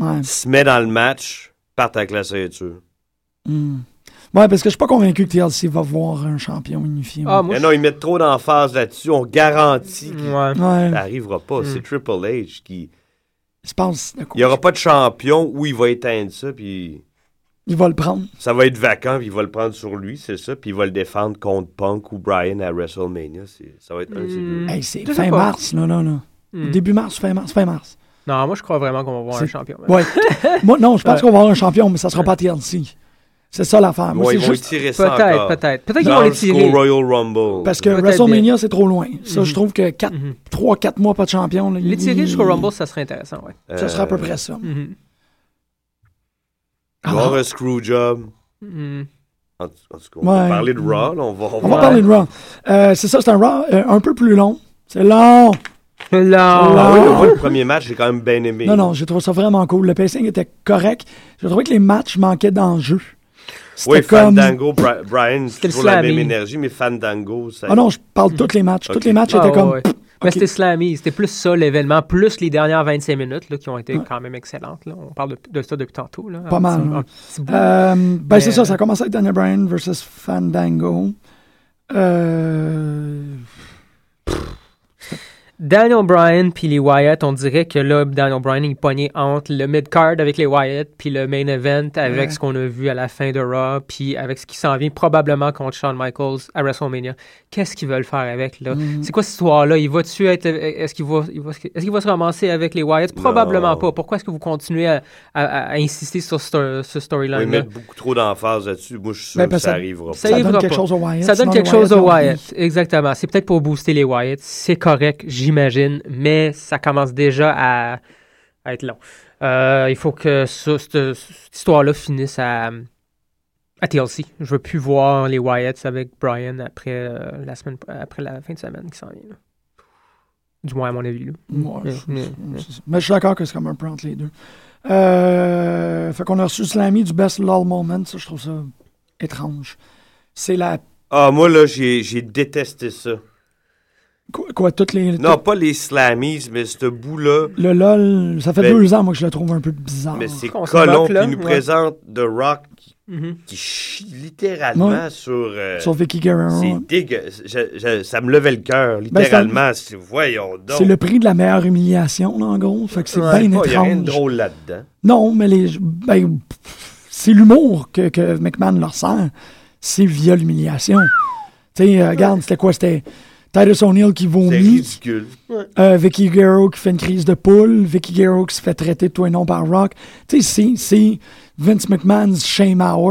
S3: Ouais.
S4: Se met dans le match, part avec la ceinture.
S3: Hmm. Ouais, parce que je suis pas convaincu que TLC va voir un champion unifié.
S5: Ah,
S3: moi.
S5: moi,
S4: Mais
S5: je-
S4: non, ils mettent trop d'emphase là-dessus. On garantit que
S5: Ouais. Hmm.
S4: ça
S3: Ouais,
S4: n'arrivera pas. C'est Triple H qui.
S3: je pense. de quoi.
S4: Il n'y aura pas de champion où il va éteindre ça, puis
S3: Il va le prendre.
S4: ça va être vacant, puis il va le prendre sur lui, c'est ça, puis il va le défendre contre Punk ou Brian à WrestleMania. C'est- Ça va être un de ces
S5: Hmm.
S4: deux.
S3: Hey, c'est
S5: Je sais
S3: fin
S5: pas. Hmm.
S3: mars, là, là, là. Début mars, fin mars, fin mars.
S5: Non, moi, je crois vraiment qu'on va voir un
S3: C'est-
S5: champion. man.
S3: Ouais. Moi, non, je pense qu'on va avoir un champion, mais ça sera pas TLC. C'est ça
S5: Ah,
S3: l'affaire. Moi,
S4: Ouais,
S3: c'est
S4: ils vont
S3: juste
S4: étirer ça
S5: Peut-être,
S4: encore.
S5: peut-être. Peut-être qu'ils vont
S4: Genre
S5: les
S4: jusqu'au
S5: tirer.
S4: Royal Rumble.
S3: parce que
S5: peut-être
S3: WrestleMania, c'est trop loin. Ça,
S5: Hmm.
S3: je trouve que 3-4 mois pas de champion. là,
S5: Les tirer
S3: il-
S5: Mmh. jusqu'au Rumble, ça serait intéressant, ouais.
S3: Ça sera à peu
S4: Euh,
S3: près ça.
S5: Mhm.
S4: il va y
S3: Ah.
S4: avoir un screwjob.
S5: Mhm.
S4: En, en tout cas, on va
S3: Ouais.
S4: parler de Raw, là, on va
S3: On va parler de Raw. Euh, c'est ça, c'est un Raw euh, un peu plus long. C'est long.
S5: Non.
S4: Ah oui, moi, le premier match, j'ai quand même bien aimé.
S3: Non, non, j'ai trouvé ça vraiment cool. Le pacing était correct. J'ai trouvé que les matchs manquaient d'enjeu. C'était
S4: Oui,
S3: comme...
S4: Fandango, Bri- Brian, c'est
S5: C'était le
S4: toujours la
S5: slammy.
S4: même énergie, mais Fandango, ça.
S3: Ah non, je parle de tous les matchs.
S4: Ok.
S3: Tous les matchs
S5: Ah,
S3: étaient comme...
S5: ouais, ouais. Mais
S3: ok.
S5: c'était slammy. C'était plus ça, l'événement, plus les dernières 25 minutes là, qui ont été quand même excellentes. là. On parle de, de ça depuis tantôt. Là,
S3: Ah. Pas
S5: Un
S3: mal,
S5: petit-
S3: ouais.
S5: un petit bout.
S3: Euh, ben, c'est
S5: Mais-
S3: ça, ça a commencé avec Daniel Bryan versus Fandango. Euh...
S5: Daniel Bryan puis les Wyatt, on dirait que là, Daniel Bryan, il pognait entre le mid-card avec les Wyatt puis le main event avec ce qu'on a vu à la fin de Raw puis avec ce qui s'en vient probablement contre Shawn Michaels à WrestleMania. Qu'est-ce qu'ils veulent faire avec, là? C'est quoi cette histoire-là? Il va-tu être... Est-ce qu'il va, il va- est-ce qu'il va se ramasser avec les Wyatt? Probablement
S4: Non.
S5: pas. Pourquoi est-ce que vous continuez à, à- à insister sur ce, ce
S4: Ils
S5: storyline-là?
S4: mettent beaucoup trop d'emphase là-dessus. Moi, je suis sûr
S3: Ben,
S4: que
S3: parce
S4: ça
S3: que-
S4: arrivera pas.
S5: ça
S3: Ça donne
S5: arrivera
S3: quelque
S5: pas.
S3: chose aux Wyatt.
S5: Ça donne
S3: Sinon,
S5: quelque
S3: les
S5: chose aux
S3: l'ont
S5: Wyatt,
S3: pris.
S5: exactement. C'est peut-être pour booster les Wyatt, c'est correct, j'imagine, mais ça commence déjà à, à être long. Euh, il faut que ça- cette, cette histoire-là finisse à, à TLC. Je veux plus voir les Wyatt avec Brian après, euh, la, semaine, après la fin de semaine qui s'en vient. là. Du moins, à mon avis. là.
S3: Ouais,
S5: Mm,
S3: c'est-
S5: mm,
S3: c'est-
S5: mm.
S3: c'est- Mais je suis d'accord que c'est comme un peu entre les deux. Euh, fait qu'on a reçu Slammy du Best LOL Moment. Ça, je trouve ça étrange. C'est la...
S4: Ah, moi, là, j'ai j'ai détesté ça.
S3: Quoi, quoi, toutes les...
S4: Non, pas les slammies, mais ce bout-là.
S3: Le LOL, ça fait
S4: Ben-
S3: deux ans, moi, que je le trouve un peu bizarre.
S4: Mais c'est
S5: Qu'on Ah, se
S4: Colomb
S5: bloque, là,
S4: qui nous
S5: ouais.
S4: présente The Rock qui,
S5: Mhm.
S4: qui chie littéralement
S3: Ouais.
S4: sur. euh,
S3: Sur Vicky Guerrero.
S4: c'est dégueu. je- je- ça me levait le cœur, littéralement. C'est- voyons donc.
S3: Ben, C'est le prix de la meilleure humiliation, là, en gros. Fait que c'est
S4: Je sais
S3: bien
S4: pas, Il y a rien de
S3: étrange.
S4: drôle là-dedans.
S3: Non, mais les. Ben, pff, c'est l'humour que, que McMahon leur sert. C'est via l'humiliation. Tu sais, euh, regarde, c'était quoi? C'était Titus O'Neill qui
S4: C'est
S3: vomit,
S4: ridicule.
S3: euh, Vicky Guerrero qui fait une crise de poule, Vicky Guerrero qui se fait traiter de toi et non par Rock. Tu sais, c'est- c'est Vince McMahon's shame hour,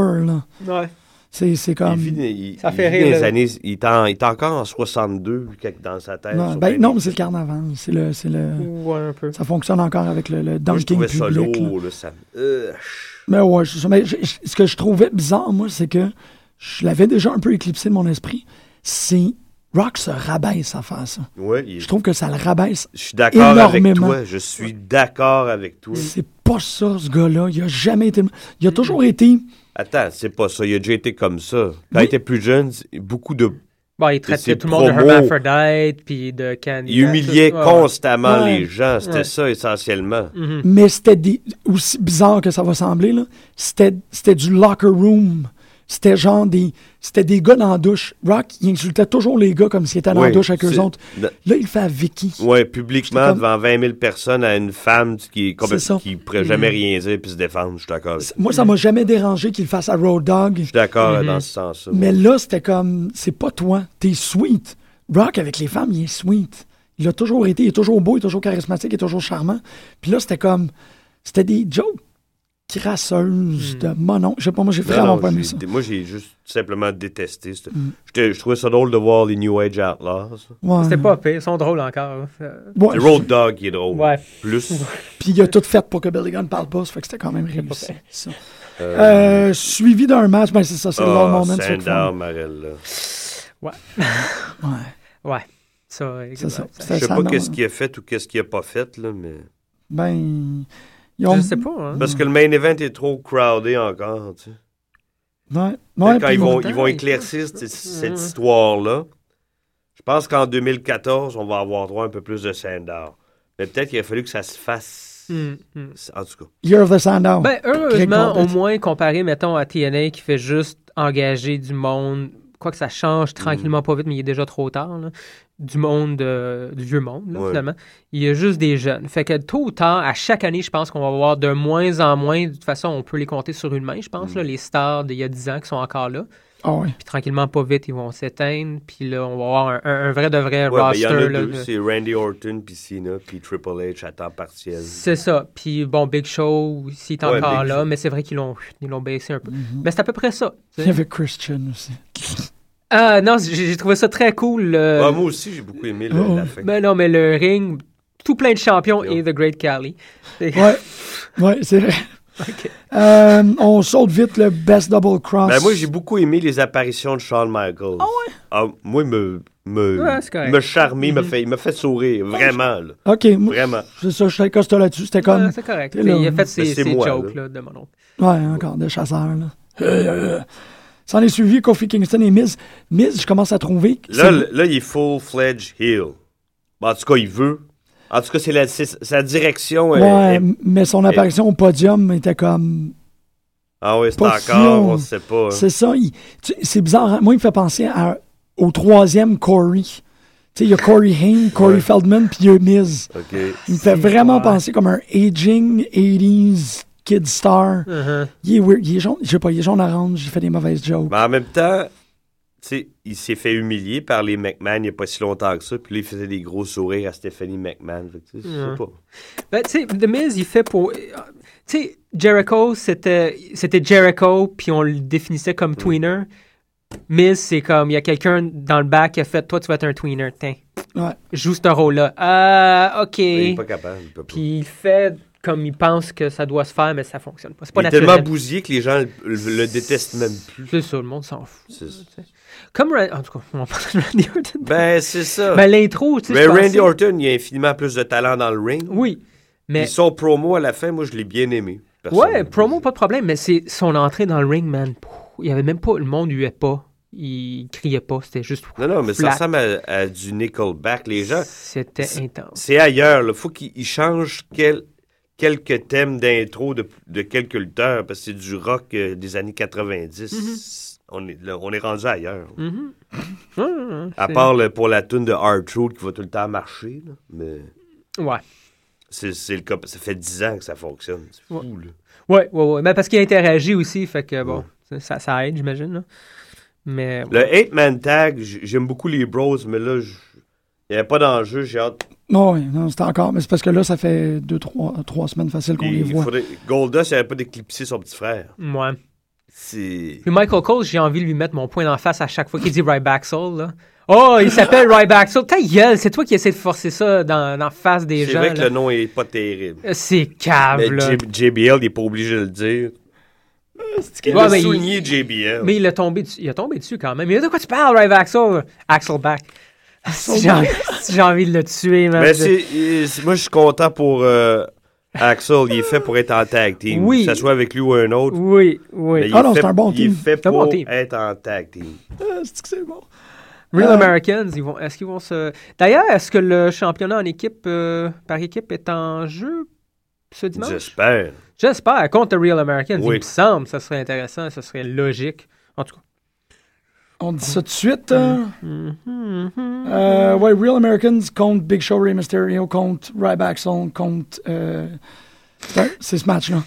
S3: là. C'est c'est
S4: Il
S3: comme.
S4: vit, il-
S5: ça
S4: il
S5: fait
S4: vit
S5: rire,
S4: dans les
S5: là.
S4: années- il, est en- il est encore en 62, quelque dans sa tête.
S3: Non,
S4: sur
S3: ben,
S4: plein
S3: non,
S4: de-
S3: mais c'est le carnaval. C'est le, c'est le.
S5: Ouais, un peu.
S3: Ça fonctionne encore avec le, le
S4: Moi, je
S3: dunking
S4: trouvais ça
S3: public. là.
S4: lourd, là, ça me- Euh,
S3: Mais ouais, c'est ça. Mais je- je- ce que je trouvais bizarre, moi, c'est que je l'avais déjà un peu éclipsé de mon esprit. C'est Rock se rabaisse à faire ça.
S4: ouais, il-
S3: Je trouve que ça le rabaisse.
S4: je suis d'accord avec
S3: énormément.
S4: toi. Je suis d'accord avec toi.
S3: C'est pas ça, ce gars-là. Il a jamais été. Il a toujours été.
S4: Attends, c'est pas ça. Il a déjà été comme ça. Quand il était plus jeune, c'est- beaucoup de.
S5: Bon, il traitait
S4: ses
S5: tout le monde de
S4: promos.
S5: hermaphrodite puis de candy.
S4: Il humiliait
S5: Ouais, ouais.
S4: constamment
S3: Ouais.
S4: les gens. C'était
S5: Ouais. Mhm.
S4: ça, essentiellement.
S3: Mais c'était des- aussi bizarre que ça va sembler, là. C'était c'était du locker room. C'était genre des. C'était des gars dans la douche. Rock, il insultait toujours les gars comme s'ils étaient dans la
S4: Oui,
S3: douche avec eux
S4: c'est-
S3: autres.
S4: Non.
S3: Là, il le fait à Vicky.
S4: Ouais, publiquement,
S3: J'étais comme-
S4: devant 20 000 personnes, à une femme qui est
S3: C'est ça.
S4: complètement- qui ne pourrait jamais rien dire puis se défendre. Je suis d'accord avec toi.
S3: Moi, ça m'a jamais dérangé qu'il le fasse à Road Dog.
S4: Je suis d'accord
S5: Mhm.
S4: dans ce sens-là.
S3: Mais là, c'était comme, c'est pas toi, t'es sweet. Rock avec les femmes, il est sweet. Il a toujours été, il est toujours beau, il est toujours charismatique, il est toujours charmant. Puis là, c'était comme, c'était des jokes
S5: Hmm.
S3: crasseuses de monon. Je sais pas, moi, j'ai
S4: Non,
S3: vraiment
S4: non,
S3: pas Mhm. aimé
S4: j'ai-
S3: ça.
S4: Moi, j'ai juste simplement détesté. ce- J'étais- Je trouvais ça drôle de voir les New Age Outlaws.
S3: Ouais.
S5: C'était pas pire, ils sont drôles encore. Euh,
S3: Ouais.
S4: Le Road Dog, il est drôle.
S5: Ouais.
S4: Plus.
S3: Puis il a tout fait pour que Billy Gunn parle pas, ça fait que c'était quand même réussi. ça. Euh, suivi d'un match, ben c'est ça, c'est le long
S4: Ah,
S3: moment. c'est le
S4: Sandor,
S3: fun.
S4: Marella.
S3: Ouais,
S5: Ouais, ça,
S3: c'est ça.
S5: exact.
S4: Je sais
S3: ça,
S4: pas qu'est-ce
S3: non. hein.
S4: qu'il a fait ou qu'est-ce qu'il a pas fait, là, mais.
S3: Ben, ils ont.
S5: Je sais pas. hein.
S4: Parce que le main event est trop crowdé encore. tu sais.
S3: Ouais, ouais,
S4: quand
S3: puis
S4: ils vont,
S5: longtemps,
S4: ils vont
S5: il-
S4: éclaircir cette,
S5: Ouais.
S4: cette histoire-là, je pense qu'en 2014, on va avoir droit à un peu plus de Sandor. Mais peut-être qu'il a fallu que ça se fasse.
S3: Hmm,
S5: Hum, hum.
S4: En tout cas.
S3: Year of the Sandow.
S5: Ben,
S3: Greg
S5: heureusement,
S3: Gordon.
S5: au moins, comparé, mettons, à TNA qui fait juste engager du monde, quoi que ça change tranquillement,
S4: Hmm.
S5: pas vite, mais il est déjà trop tard, là, du monde, euh, du vieux monde, là,
S4: Ouais.
S5: finalement. Il y a juste des jeunes. Fait que tôt ou tard, à chaque année, je pense qu'on va avoir de moins en moins. De toute façon, on peut les compter sur une main, je pense,
S4: Hmm.
S5: là, les stars d'il y a 10 ans qui sont encore là.
S3: Ah ouais.
S5: Puis tranquillement, pas vite, ils vont s'éteindre. Puis là, on va avoir un, un- un vrai de vrai
S4: Ouais, mais il
S5: roster.
S4: y en a
S5: là,
S4: deux.
S5: de-
S4: C'est Randy Orton, puis Cena, puis Triple H à temps partiel.
S5: C'est ça. Puis bon, Big Show, s'il est
S4: Ouais,
S5: encore
S4: Big
S5: là,
S4: Show.
S5: mais c'est vrai qu'ils l'ont ils l'ont baissé un peu.
S3: Mm-hmm.
S5: Mais c'est à peu près ça. tu
S3: Il
S5: sais.
S3: y avait Christian aussi.
S5: Ah non, j'ai j'ai trouvé ça très cool. le-
S4: Ah, moi aussi, j'ai beaucoup aimé le-
S3: Oh.
S4: la fin.
S5: mais non, mais le ring, tout plein de champions et The Great Cali.
S3: Ouais. Ouais, c'est vrai. Euh, on saute vite le Best Double Cross.
S4: Ben, moi, j'ai beaucoup aimé les apparitions de Shawn Michaels. Ah ouais? moi, il me, me,
S5: Ouais, c'est correct.
S4: me charmé, il m'a fait- il m'a fait sourire. Vraiment, là.
S3: OK, moi,
S4: Vraiment.
S3: c'est ça, je suis d'accord c'était là-dessus. C'était comme...
S5: Ah, c'est correct.
S3: t'es là. hein.
S5: Il a fait ses,
S4: Mais Ben, c'est
S5: ses
S4: moi,
S5: jokes
S4: là.
S5: là, de mon oncle.
S3: Ouais, encore de chasseurs, là. Euh, euh, euh. S'en est suivi Kofi Kingston et Miz. Miz, je commence à trouver... que
S4: Là,
S3: c'est-
S4: l- là, il est full-fledged heel. Ben, en tout cas, il veut. En tout cas, c'est la- c'est- sa direction. est-
S3: Ouais,
S4: est-
S3: mais son apparition au podium était comme...
S4: ah oui, c'est
S3: pas
S4: encore,
S3: si long.
S4: on sait pas. hein.
S3: C'est ça, il- tu- c'est bizarre. hein. Moi, il me fait penser à- au troisième Corey. Tu sais, il y a Corey Haim, Corey
S4: Ouais.
S3: Feldman, puis il y a Miz.
S4: OK.
S3: Il me fait vraiment penser comme un aging 80s kid star.
S5: Uh-huh.
S3: Il est weird, il est jaune, je sais pas, il est jaune-orange, j'ai fait des mauvaises jokes.
S4: Mais Ben, en même temps, tu sais, il s'est fait humilier par les McMahon il n'y a pas si longtemps que ça. Puis là, il faisait des gros sourires à Stephanie McMahon. Fait que, tu sais, je sais pas.
S5: Ben, tu sais, The Miz, il fait pour. Tu sais, Jericho, c'était c'était Jericho, puis on le définissait
S4: Mm.
S5: comme tweener. Miz, c'est comme, il y a quelqu'un dans le bac qui a fait Toi, tu vas être un tweener, tiens.
S3: Ouais.
S5: Joue ce rôle-là. Ah, ok.
S4: Mais Ben, Il n'est pas capable. Il peut pas.
S5: Puis il fait comme il pense que ça doit se faire, mais ça fonctionne pas. C'est pas
S4: Il est
S5: naturel.
S4: tellement bousillé que les gens le, le- le détestent même plus.
S5: C'est ça, le monde s'en fout.
S4: C'est-
S5: Comme Ra- En tout cas, on parle de Randy Orton.
S4: Ben, c'est ça.
S5: Mais l'intro, tu sais.
S4: mais
S5: je
S4: Randy
S5: pensais-
S4: Orton, il a infiniment plus de talent dans le ring.
S5: Oui. Mais.
S4: Puis son promo à la fin, moi, je l'ai bien aimé.
S5: Ouais,
S4: personnellement.
S5: promo, pas de problème, mais c'est son entrée dans le ring, man. Pouh, Il y avait même pas. Le monde huait pas. Il criait pas. C'était juste.
S4: Non, non, mais
S5: flat.
S4: ça ressemble à, à du Nickelback. Les gens,
S5: C'était intense.
S4: c'est ailleurs. Il faut qu'ils ils changent quel- quelques thèmes d'intro de, de quelques lutteurs, parce que c'est du rock euh, des années 90.
S5: Mm-hmm.
S4: on, est, là, on est rendu ailleurs.
S5: Hum, hum,
S4: À
S5: c'est-
S4: part le- pour la tune de Hard Truth qui va tout le temps marcher. là, mais
S5: Ouais.
S4: c'est, c'est le cas. Ça fait 10 ans que ça fonctionne. C'est fou, là.
S5: Ouais, ouais, ouais. Mais parce qu'il interagit aussi, fait que bon, ça, ça aide, j'imagine. là. Mais.
S4: Le 8-man tag, j- j'aime beaucoup les bros, mais là, je- il n'y avait pas d'enjeu. J'ai hâte
S3: Non, oui, non, c'est encore. Mais c'est parce que là, ça fait deux, trois, trois semaines facile qu'on
S4: Il-
S3: les
S4: il
S3: voit.
S4: faudrait- Goldust n'avait pas d'éclipser son petit frère.
S5: Ouais.
S4: C'est.
S5: Puis Michael Cole, j'ai envie de lui mettre mon point d'en face à chaque fois qu'il dit Ryback Soul. Là. Oh, il s'appelle Ryback Soul. Ta gueule, c'est toi qui essaies de forcer ça dans, dans la face des
S4: C'est
S5: gens.
S4: vrai que
S5: là.
S4: le nom est pas terrible.
S5: Euh, C'est cave,
S3: Ah,
S4: Mais
S5: là.
S4: J- JBL, il n'est pas obligé de le dire. Il
S5: Ouais,
S4: a
S5: mais il-
S4: souligné JBL.
S5: Mais il a, tombé dessus, il a tombé dessus quand même. Mais de quoi tu parles, Ryback Soul? Axelback. Si J'ai envie, si j'ai envie de le tuer, man.
S4: Mais c'est- il- c'est- moi, je suis content pour euh, Axel. Il est fait pour être en tag team.
S5: Oui.
S4: Que ce soit avec lui ou un autre.
S5: Oui,
S4: mais
S5: oui.
S4: il
S3: Ah non,
S4: est
S3: c'est
S4: fait-
S3: un bon
S4: Il
S3: team.
S4: est fait
S5: un bon
S4: pour
S5: team.
S4: être en tag team.
S3: Ah, c'est que c'est bon.
S5: Real
S3: Euh,
S5: Americans, ils vont, est-ce qu'ils vont se. D'ailleurs, est-ce que le championnat en équipe, euh, par équipe, est en jeu ce dimanche?
S4: J'espère.
S5: J'espère, contre The Real Americans.
S4: Oui.
S5: Il me semble, ça serait intéressant, ça serait logique. En tout cas.
S3: On dit ça tout de suite. hein.
S5: Mm-hmm.
S3: Euh, ouais, Real Americans contre Big Show Ray Mysterio, contre Ryback Soul, contre. euh, ben, C'est ce match-là.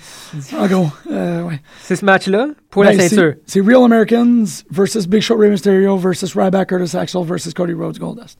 S3: En gros, euh, ouais.
S5: C'est ce match-là pour
S3: Ben,
S5: la
S3: c'est-
S5: ceinture.
S3: C'est Real Americans versus Big Show Ray Mysterio versus Ryback Curtis Axel versus Cody Rhodes Goldust.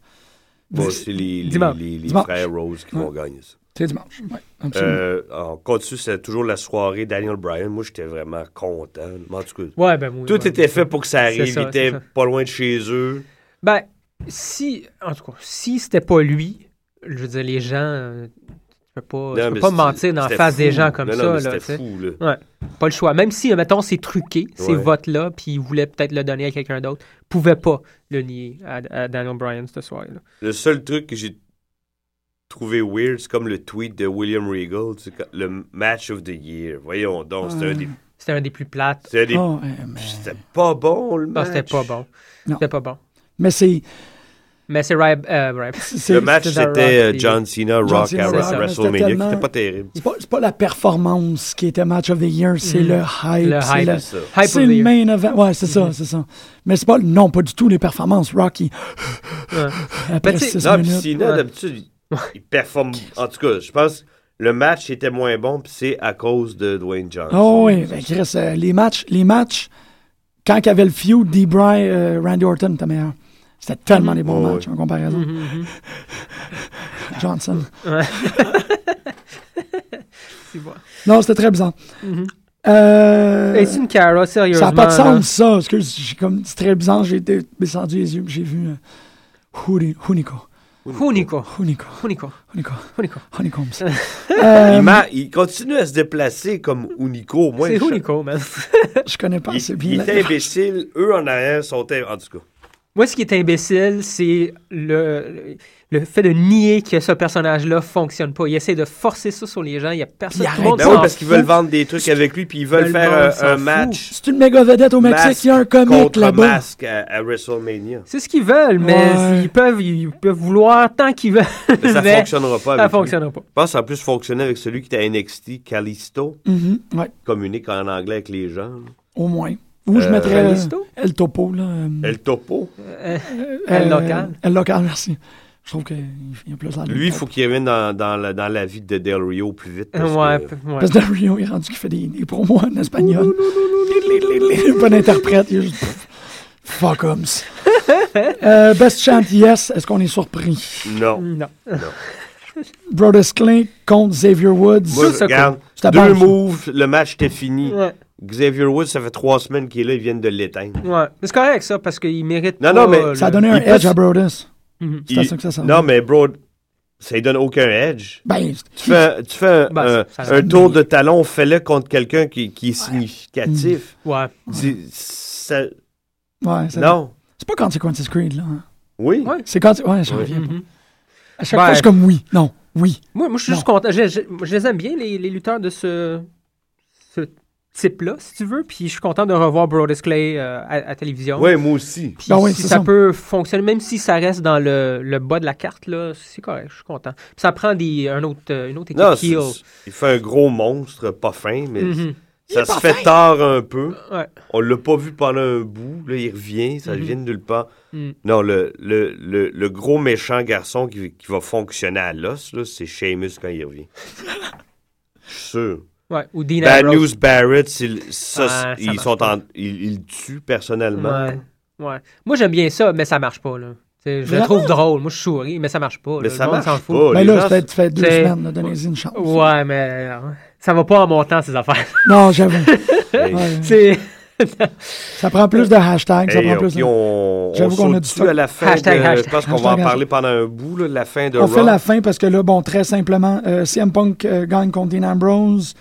S4: Bon, c'est les, les,
S5: Dimanche.
S4: les- les
S3: Dimanche.
S4: frères Rose qui vont gagner ça.
S3: C'est dimanche. Ouais, absolument.
S4: Euh, on continue, c'est toujours la soirée Daniel Bryan. Moi, j'étais vraiment content. Mais En tout cas,
S5: Ouais, ben oui.
S4: Tout
S5: ouais.
S4: était fait pour que ça
S5: C'est
S4: arrive.
S5: ça,
S4: il était
S5: c'est ça.
S4: pas loin de chez eux.
S5: Ben, si. En tout cas, si c'était pas lui, je veux dire, les gens. euh, Tu peux pas, tu
S4: Non,
S5: peux
S4: mais
S5: pas
S4: c'était-
S5: mentir dans la
S4: c'était
S5: face des
S4: fou.
S5: gens comme
S4: Non, non,
S5: ça.
S4: mais
S5: là, tu
S4: C'était
S5: sais.
S4: fou, là.
S5: Ouais. Pas le choix. Même si, euh, mettons, c'est truqué, ces
S4: Ouais.
S5: votes-là, puis ils voulaient peut-être le donner à quelqu'un d'autre, pouvait pas le nier à, à Daniel Bryan cette soirée-là.
S4: Le seul truc que j'ai trouvé weird, c'est comme le tweet de William Regal, tu sais, quand- le match of the year. Voyons donc, c'était un des.
S5: C'était un des plus plates.
S4: c'était des-
S3: Ah, ouais, mais
S4: C'était pas bon, le
S5: Ah,
S4: match.
S5: c'était pas bon.
S3: Non.
S5: C'était pas bon.
S3: mais c'est.
S5: Mais c'est Ryb- euh, Ryb-
S3: c'est-
S4: Le match,
S5: c'était The
S4: c'était
S5: Rock,
S4: euh, John Cena Rock
S3: Cena,
S4: à
S5: Rock, mais
S4: WrestleMania,
S3: c'était
S4: qui
S3: tellement-
S4: était pas terrible.
S3: C'est pas, c'est pas la performance qui était Match of the Year, c'est le hype.
S5: Mm-hmm. Le
S3: c'est
S5: hype,
S3: le-
S4: ça.
S5: Hype
S3: C'est
S5: of the
S3: le
S5: year. Mm-hmm.
S3: main event. Ouais, c'est ça, c'est ça. Mais c'est pas, non, pas du tout les performances. Rocky,
S5: Ouais.
S3: après
S5: Ben, tu sais,
S3: six
S4: Non, puis
S3: minutes.
S4: Cena,
S5: Ouais.
S4: d'habitude, il- il performe. En tout cas, je pense que le match était moins bon, puis c'est à cause de Dwayne Johnson.
S3: Oh oui, ben, Chris, euh, les matchs, les matchs, quand il y avait le feud, D. Bry, euh, Randy Orton était meilleur. C'était tellement
S5: Mm-hmm.
S3: des bons
S4: Oh,
S3: matchs en comparaison.
S5: mm-hmm.
S3: Johnson.
S5: C'est bon.
S3: Non, c'était très bizarre. Euh,
S5: Mm-hmm. Et c'est une Cara,
S3: ça
S5: sérieusement.
S3: n'a pas de
S5: là.
S3: sens, ça. Excuse, j'ai comme, c'est très bizarre. J'ai été- descendu les yeux, puis j'ai vu euh, Huni- Hunico.
S5: Hunico.
S3: Hunico.
S5: Hunico.
S3: Hunico.
S5: Hunico.
S3: Honeycombs.
S4: Il,
S3: Euh,
S4: ma- il continue à se déplacer comme Unico. Moi,
S5: C'est
S4: je-
S5: Hunico, man.
S3: je connais pas
S4: Il,
S3: assez
S4: il
S3: bien. la-
S4: était imbécile. Eux en arrière sont. im- En tout cas.
S5: Moi, ce qui est imbécile, c'est le, le fait de nier que ce personnage-là fonctionne pas. Il essaie de forcer ça sur les gens. Il y a personne.
S3: Il
S5: tout le monde
S4: Ben
S3: arrête
S4: oui,
S5: s'en
S4: parce qu'ils
S5: fout.
S4: veulent vendre des trucs avec lui, puis ils veulent
S5: Le
S4: faire
S5: monde
S4: euh,
S5: s'en
S4: un,
S5: fout.
S4: match.
S3: C'est une méga vedette au Mexique.
S4: masque
S3: Il y a un comique
S4: contre
S3: là-bas.
S4: masque à, à WrestleMania.
S5: C'est ce qu'ils veulent, mais
S3: Ouais.
S5: ils, peuvent, ils peuvent vouloir tant qu'ils veulent.
S4: Mais ça
S5: mais
S4: fonctionnera pas.
S5: ça
S4: Avec lui.
S5: fonctionnera pas.
S3: Euh,
S4: Je pense que ça a plus fonctionné avec celui qui était à NXT, Calisto,
S3: Mhm, ouais,
S4: communique en anglais avec les gens.
S3: au moins. Où je
S4: Euh,
S3: mettrais euh,
S5: Callisto?
S3: El Topo. Là, euh,
S4: El Topo.
S5: El
S3: euh,
S5: Local.
S3: El Local, merci. Je trouve qu'il y a plus dans le
S4: Lui, il faut qu'il revienne dans, dans, la, dans la vie de Del Rio plus vite.
S5: Ouais,
S4: parce que-
S5: p- ouais.
S3: Parce que Del Rio est rendu qu'il fait des, des promos en espagnol. Bon interprète. Il est juste. pff, Fuck homes. Euh, best chant, yes. Est-ce qu'on est surpris?
S4: Non.
S5: Non.
S3: Brodus Clay contre Xavier Woods.
S4: Moi,
S5: ça,
S4: regarde,
S3: C'est à
S4: deux
S3: base.
S4: moves, le match était fini.
S5: Ouais.
S4: Xavier Woods, ça fait trois semaines qu'il est là, ils viennent de l'éteindre.
S5: Ouais. Mais C'est correct, ça, parce qu'il mérite.
S4: Non,
S5: pas
S4: non, mais
S3: ça a
S5: le-
S3: donné un
S4: il peut
S3: edge
S4: se-
S3: à Brodus.
S4: Il-
S3: ça que ça sent.
S4: Non, mais bro, ça lui donne aucun edge.
S3: Ben,
S4: Tu fais, un- tu fais un,
S5: Ben,
S4: un-
S5: ça- ça-
S4: un tour de talon, fais-le contre quelqu'un qui, qui est significatif.
S5: Ouais.
S3: Mm.
S4: C'est- ça-
S3: ouais, c'est-
S4: non.
S3: C'est pas Consequences Creed, là. hein.
S4: Oui.
S5: Ouais.
S3: C'est quand. Ouais, j'en
S4: Ouais.
S3: reviens pas.
S5: Mhm.
S3: À chaque
S5: Ouais.
S3: fois, je suis comme oui, non, oui.
S5: Moi, moi je suis juste content. Je, je- je les aime bien, les, les lutteurs de ce, ce type-là, si tu veux. Puis je suis content de revoir Brodus Clay euh, à, à télévision.
S4: Oui, moi aussi.
S5: Puis
S3: Ben oui,
S5: si
S3: c'est
S5: ça,
S3: ça.
S5: peut fonctionner, même si ça reste dans le, le bas de la carte, là, c'est correct, je suis content. Puis ça prend des, un autre, euh, une autre équipe
S4: Non, c'est-
S5: heel.
S4: c'est- il fait un gros monstre, pas fin, mais
S5: Mhm.
S4: ça se fait tard un peu.
S5: Ouais.
S4: On l'a pas vu pendant un bout. Là, il revient, ça
S5: Mhm.
S4: vient de nulle part.
S5: Mhm.
S4: Non, le, le, le, le gros méchant garçon qui, qui va fonctionner à l'os, là, c'est Seamus quand il revient. Je suis sûr.
S5: Ouais, ou Dean
S4: Bad
S5: Ambrose.
S4: News Barrett, c'est le- ça, c'est-
S5: Ouais, ça
S4: ils
S5: marche
S4: sont
S5: pas.
S4: en, ils, ils le tuent personnellement.
S5: Ouais, ouais. Moi, j'aime bien ça, mais ça marche pas, là. Tu sais, Je le
S3: Vraiment?
S5: trouve drôle. Moi, je souris, mais ça marche pas.
S4: Mais
S5: là.
S4: ça
S5: Le monde
S4: marche
S5: s'en fout.
S4: pas.
S3: Ben
S4: Oh, les
S3: là,
S4: gens-
S3: ça fait- ça fait deux
S5: c'est-
S3: semaines, là, donnez-y une chance.
S5: Ouais, mais euh, ça va pas en montant, ces affaires.
S3: Non, j'avoue.
S4: Hey,
S3: Ouais.
S5: C'est
S3: Ça prend plus de hashtags, ça
S4: hey, oh,
S3: prend
S4: ok,
S3: plus de...
S4: on, on
S3: J'avoue qu'on a
S4: saute
S3: du
S4: dessus
S3: stock.
S4: à la fin.
S5: Hashtag,
S4: de-
S5: hashtag.
S4: je pense qu'on va en
S3: Hashtag,
S4: parler pendant un bout, là, la fin de
S3: On
S4: Raw.
S3: fait la fin parce que là, bon, très simplement, euh, CM Punk euh, gagne contre Dean Ambrose,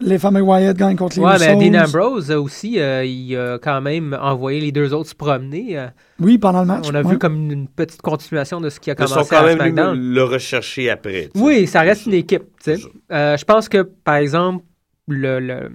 S3: les fameux Wyatt gagnent contre les
S5: Ouais, mais
S3: Usos.
S5: Dean Ambrose euh, aussi, euh, il a quand même envoyé les deux autres se promener. euh.
S3: Oui, pendant le match.
S5: on a
S3: ouais.
S5: vu comme une petite continuation de ce qui a
S4: Ils
S5: commencé
S4: sont quand
S5: à
S4: même venus
S5: SmackDown.
S4: le rechercher après. tu sais.
S5: Oui, ça reste une équipe. tu sais.
S4: C'est ça.
S5: Euh, je pense que, par exemple, le, le-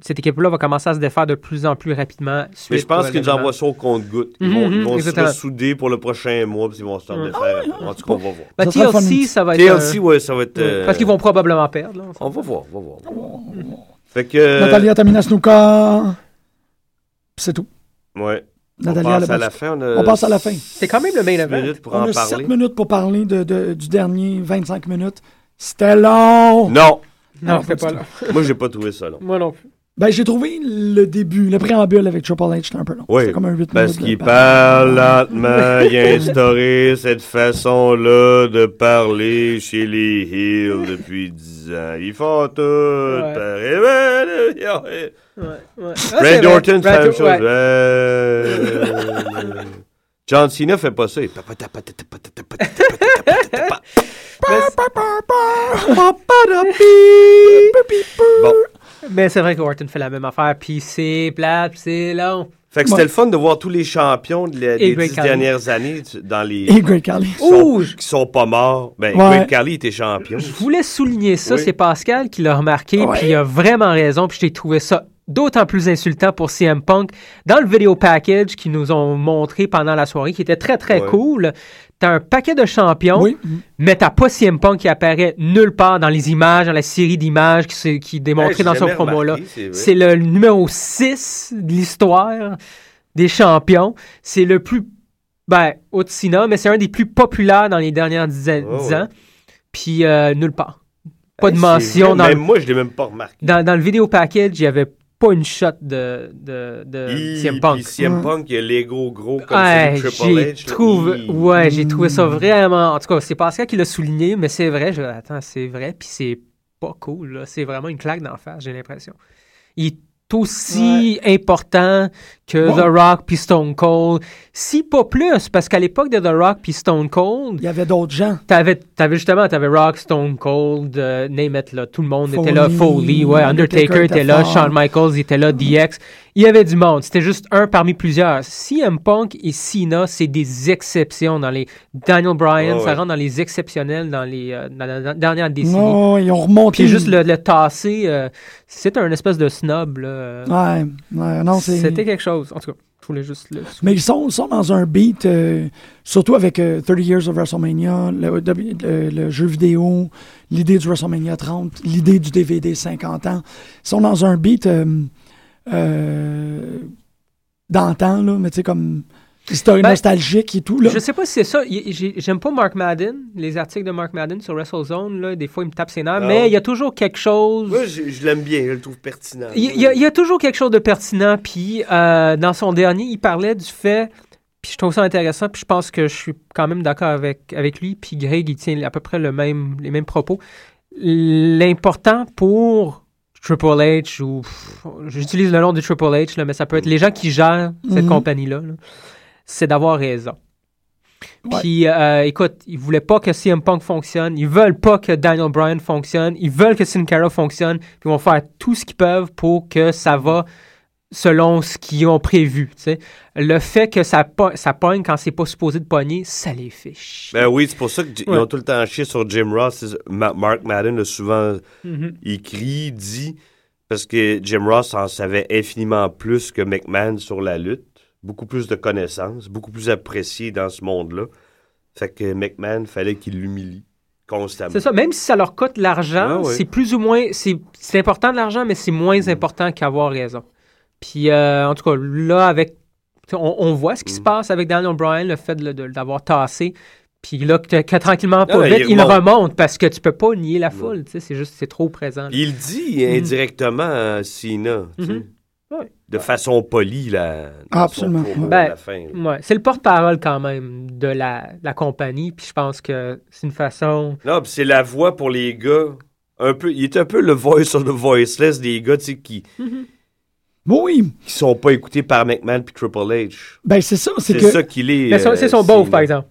S5: cette équipe-là va commencer à se défaire de plus en plus rapidement.
S4: Mais
S5: suite
S4: je pense
S5: à
S4: qu'ils nous
S5: l'événement.
S4: envoient ça au compte-goutte. Ils vont, ils
S5: Mhm,
S4: vont se
S5: exactement.
S4: ressouder pour le prochain mois, puis ils vont se faire
S5: Ouais.
S3: Ah
S4: défaire.
S3: hein?
S4: En tout cas, on va voir.
S5: Ben,
S3: Ça sera le
S5: TLC,
S3: fun.
S5: ça va être. un-
S4: TLC, ouais, ça va être.
S5: Ouais,
S4: euh,
S5: Parce qu'ils vont probablement perdre. là, on s'en-
S4: On va voir, on va voir. on va voir. Fait que. euh,
S3: Natalia Tamina Snuka. C'est tout.
S4: Ouais.
S3: Natalia,
S4: on
S3: le
S4: passe à
S3: match.
S4: la fin. On,
S3: On passe à la fin.
S5: C'est quand même le main event.
S4: minutes pour
S3: On
S4: en
S3: a
S4: parler.
S3: 7 minutes pour parler de, de- du dernier 25 minutes. C'était long!
S4: Non,
S5: Non,
S3: Alors,
S5: c'est pas
S3: faut-
S5: là.
S4: moi, j'ai pas trouvé ça long.
S5: Moi non plus.
S3: Ben, j'ai trouvé le début, le préambule avec Triple H, c'était un peu long.
S4: Oui,
S3: C'était comme un 8
S4: Parce
S3: minutes de
S4: qu'il
S3: parole.
S4: parle lentement, il a instauré cette façon-là de parler chez les Hills depuis 10 ans. Ils font tout
S5: Ouais.
S4: pareil.
S5: Ouais, ouais. Ah, c'est
S4: Red
S5: vrai.
S4: Orton, c'est la
S5: Randy-
S4: même chose.
S5: ouais.
S4: Euh, John Cena fait pas ça. Il pa- pa- ta- pa- ta- ta- pa- ta- ta- pa- ta- ta- pa- ta- pa- ta- pa- Bon, hein.
S5: Mais c'est vrai que Orton fait la même affaire, puis c'est plate, puis c'est long.
S4: Fait que
S3: Ouais.
S4: c'était le fun de voir tous les champions de la- des
S5: Greg
S4: dix
S5: Carly.
S4: dernières années tu- dans les.
S3: Et Great Khali.
S4: qui sont-
S5: Ouh, je-
S4: Qui sont pas morts. Ben,
S3: Ouais.
S4: Greg Carly était champion.
S5: Je voulais souligner ça,
S4: Oui.
S5: c'est Pascal qui l'a remarqué,
S3: Ouais.
S5: puis il a vraiment raison, puis j'ai trouvé ça d'autant plus insultant pour CM Punk dans le vidéo package qu'ils nous ont montré pendant la soirée, qui était très très
S4: Ouais.
S5: cool. T'as un paquet de champions,
S3: Oui.
S5: mais t'as pas CM Punk qui apparaît nulle part dans les images, dans la série d'images qui, se- qui est démontrée
S4: Hey, j'ai
S5: dans son
S4: jamais
S5: promo-là.
S4: remarqué, c'est vrai.
S5: C'est le numéro 6 de l'histoire des champions. C'est le plus. Ben, Otsina, mais c'est un des plus populaires dans les dernières dix, an-
S4: Ouais,
S5: dix
S4: Oh, ouais.
S5: ans. Puis euh, nulle part. Pas de
S4: Hey,
S5: mention.
S4: c'est vrai,
S5: Dans,
S4: Même moi, je l'ai même pas remarqué.
S5: dans, dans le vidéo package, il n'y avait pas une shot de, de, de
S4: Hi,
S5: CM Euh, Punk.
S4: puis CM
S3: Ouais.
S4: Punk, il y a l'ego gros comme celui
S5: Ouais,
S4: de Triple
S5: j'ai
S4: H. là.
S5: trouvé,
S4: Hi.
S5: ouais, j'ai trouvé ça vraiment. En tout cas, c'est Pascal qui l'a souligné, mais c'est vrai. Je, attends, c'est vrai, puis c'est pas cool. là. C'est vraiment une claque d'en face. J'ai l'impression. Il est aussi important que
S3: Ouais.
S5: The Rock puis Stone Cold, si pas plus, parce qu'à l'époque de The Rock puis Stone Cold,
S3: Il y avait d'autres gens.
S5: t'avais, t'avais justement, t'avais Rock, Stone Cold, euh, name it, là, tout le monde était
S3: Foley,
S5: là, Foley, ouais, Undertaker,
S3: Undertaker
S5: était
S3: était
S5: là,
S3: fort.
S5: Shawn Michaels était là, DX, il y avait du monde, c'était juste un parmi plusieurs. CM Punk et Cena, c'est des exceptions dans les... Daniel Bryan,
S4: Ouais,
S5: ça
S4: ouais.
S5: rentre dans les exceptionnels dans, les, euh, dans la dernière décennie.
S3: Non, ils ont
S5: Puis
S3: remonté.
S5: juste le, le tasser, euh, c'est un espèce de snob, là. euh,
S3: Ouais, ouais, non, c'est.
S5: C'était quelque chose, en tout cas, je voulais juste le...
S3: Mais ils sont, ils sont dans un beat, euh, surtout avec euh, 30 Years of WrestleMania, le, W- euh, le jeu vidéo, l'idée du WrestleMania 30, l'idée du DVD 50 ans. Ils sont dans un beat euh, euh, d'antan, là, mais tu sais, comme historique,
S5: Ben,
S3: nostalgique et tout. Là.
S5: Je sais pas si c'est ça. Il- j'ai- J'aime pas Mark Madden, les articles de Mark Madden sur WrestleZone. Là, des fois, il me tape ses nerfs,
S3: Ah
S4: Non.
S5: mais il y a toujours quelque chose.
S4: Moi, je, je l'aime bien, je le trouve pertinent.
S5: Il il y, a, il y a toujours quelque chose de pertinent. Puis, euh, dans son dernier, il parlait du fait. Puis, je trouve ça intéressant. Puis, je pense que je suis quand même d'accord avec, avec lui. Puis, Greg, il tient à peu près le même, les mêmes propos. L'important pour Triple H, ou. pff, J'utilise le nom de Triple H, là, mais ça peut être les gens qui gèrent cette
S3: Mhm.
S5: compagnie-là, là, c'est d'avoir raison.
S3: Ouais.
S5: Puis, euh, écoute, ils voulaient pas que CM Punk fonctionne. Ils veulent pas que Daniel Bryan fonctionne. Ils veulent que Sin Cara fonctionne. Puis ils vont faire tout ce qu'ils peuvent pour que ça va selon ce qu'ils ont prévu. tu sais. Le fait que ça, po- ça pogne quand c'est pas supposé de pogner, ça les fait chier.
S4: Ben oui, c'est pour ça qu'ils
S5: Ouais.
S4: ont tout le temps chié sur Jim Ross. C'est- Ma- Mark Madden a souvent
S5: Mhm.
S4: écrit, dit, parce que Jim Ross en savait infiniment plus que McMahon sur la lutte. Beaucoup plus de connaissances, beaucoup plus apprécié dans ce monde-là. Fait que McMahon, fallait qu'il l'humilie constamment.
S5: C'est ça, même si ça leur coûte l'argent,
S4: Ouais, ouais.
S5: c'est plus ou moins, c'est c'est important de l'argent, mais c'est moins
S4: Mhm.
S5: important qu'avoir raison. Puis, euh, en tout cas, là, avec, tu sais, on, on voit ce qui
S4: Mhm.
S5: se passe avec Daniel Bryan, le fait de le- de l'avoir tassé. Puis là, que, que tranquillement, pas
S4: Ah ouais,
S5: vite,
S4: il
S5: il remonte.
S4: remonte.
S5: parce que tu peux pas nier la foule, tu sais, c'est juste, c'est trop présent. là.
S4: Il dit indirectement à Cena, tu sais,
S5: Mhm. Mm-hmm. Ouais.
S4: de façon polie, là. dans
S3: Absolument.
S4: son promo
S5: Ben,
S4: à la fin, là.
S5: Ouais, c'est le porte-parole quand même de la, la compagnie, puis je pense que c'est une façon...
S4: Non, puis c'est la voix pour les gars. Un peu, il est un peu le voice of the voiceless des gars tu sais, qui,
S3: Oui,
S4: qui sont pas écoutés par McMahon puis Triple H.
S3: ben c'est ça. C'est
S4: C'est
S3: que.
S4: ça qu'il est.
S5: Mais son-
S4: euh,
S5: c'est son
S4: Cena.
S5: beauf, par exemple.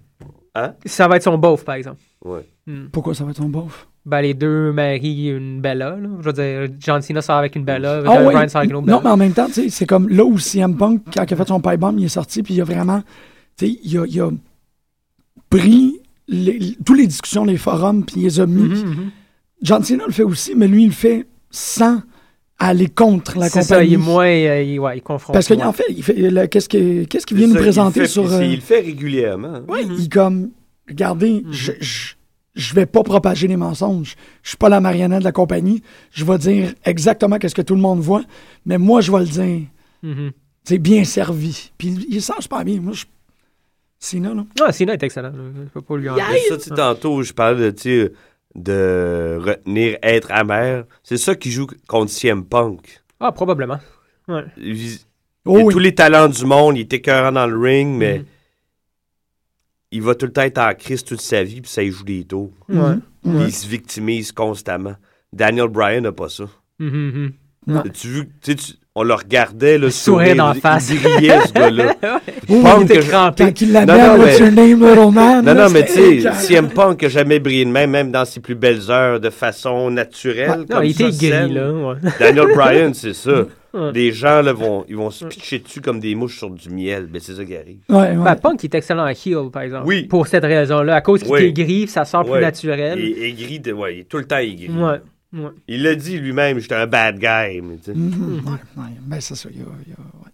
S4: Hein?
S5: Ça va être son beauf, par exemple.
S4: Ouais.
S3: Pourquoi ça va être ton bof?
S5: Ben, les deux marient une Bella. Là. Je veux dire, John Cena sort avec une Bella,
S3: Ah
S5: Daniel
S3: oui.
S5: Bryan sort avec une autre Bella.
S3: Non, mais en même temps, tu sais, c'est comme là où CM Punk, quand il a fait son pipe bomb, il est sorti, puis il a vraiment, tu sais, il a, il a pris les, toutes les discussions, les forums, puis il les a mis.
S5: Mhm, mhm.
S3: John Cena le fait aussi, mais lui, il le fait sans aller contre la
S5: C'est
S3: compagnie.
S5: ça, il est moins. euh, il, ouais, il confronte.
S3: Parce qu'il
S5: moins.
S3: en fait, il fait le- qu'est-ce que- qu'est-ce qu'il
S4: C'est
S3: vient
S4: ça,
S3: nous
S4: il
S3: présenter
S4: le fait,
S3: sur.
S4: puis c'est-
S3: euh,
S4: Il le fait régulièrement. hein.
S3: Ouais, il comme, regardez, je, je, je vais pas propager les mensonges. Je suis pas la marionnette de la compagnie. Je vais dire exactement qu'est-ce que tout le monde voit, mais moi, je vais le dire.
S5: Mhm.
S3: C'est bien servi. Puis il sent super bien. Moi, je... Cena, là.
S5: Ah, Cena est excellent. là. Je peux pas lui enlever.
S4: Mais ça, tu sais, tantôt, je parlais de, tu sais, de retenir, être amer. C'est ça qui joue contre CM Punk.
S5: Ah, probablement. Ouais.
S4: Il-
S3: Oh,
S4: il a
S3: oui. Mm.
S4: tous les talents du monde, il est écœurant dans le ring, mais
S5: Mhm.
S4: il va tout le temps être en crise toute sa vie, puis ça il joue des tours.
S3: Mhm.
S5: Ouais.
S4: Puis Il se victimise constamment. Daniel Bryan n'a pas ça.
S5: Mhm, mhm.
S4: Tu vu, tu sais, tu- on le regardait, le
S5: Sourire d'en face.
S4: Il brillait, ce gars-là.
S3: Oh,
S4: Punk
S3: oui.
S4: que je-
S5: crampé.
S3: Quand il
S4: Non,
S3: l'amène,
S4: non,
S3: what's
S4: mais-
S3: your name, little man?
S4: Non,
S3: là,
S4: non, mais tu
S3: c'était-
S4: sais, CM Punk n'a jamais brillé de même, même dans ses plus belles heures, de façon naturelle.
S5: Non,
S4: comme
S5: il était
S4: ça,
S5: gris,
S4: saine.
S5: là. ouais.
S4: Daniel Bryan, c'est ça.
S5: Ouais.
S4: Les gens là, vont, ils vont se pitcher dessus comme des mouches sur du miel. Ben, c'est ça qui arrive.
S3: Ouais, ouais.
S5: Ben, Punk est excellent à heel, par exemple.
S4: Oui.
S5: Pour cette raison-là. À cause qu'il
S4: Oui.
S5: dégrive, ça sort plus
S4: Ouais.
S5: naturel.
S4: Il est aigri, de, ouais, il est tout le temps aigri.
S5: Ouais. ouais.
S4: Il l'a dit lui-même, j'étais un bad guy. mais tu sais.
S3: Mhm, ouais, ouais. Ben, c'est ça. Il y a, il y a- ouais.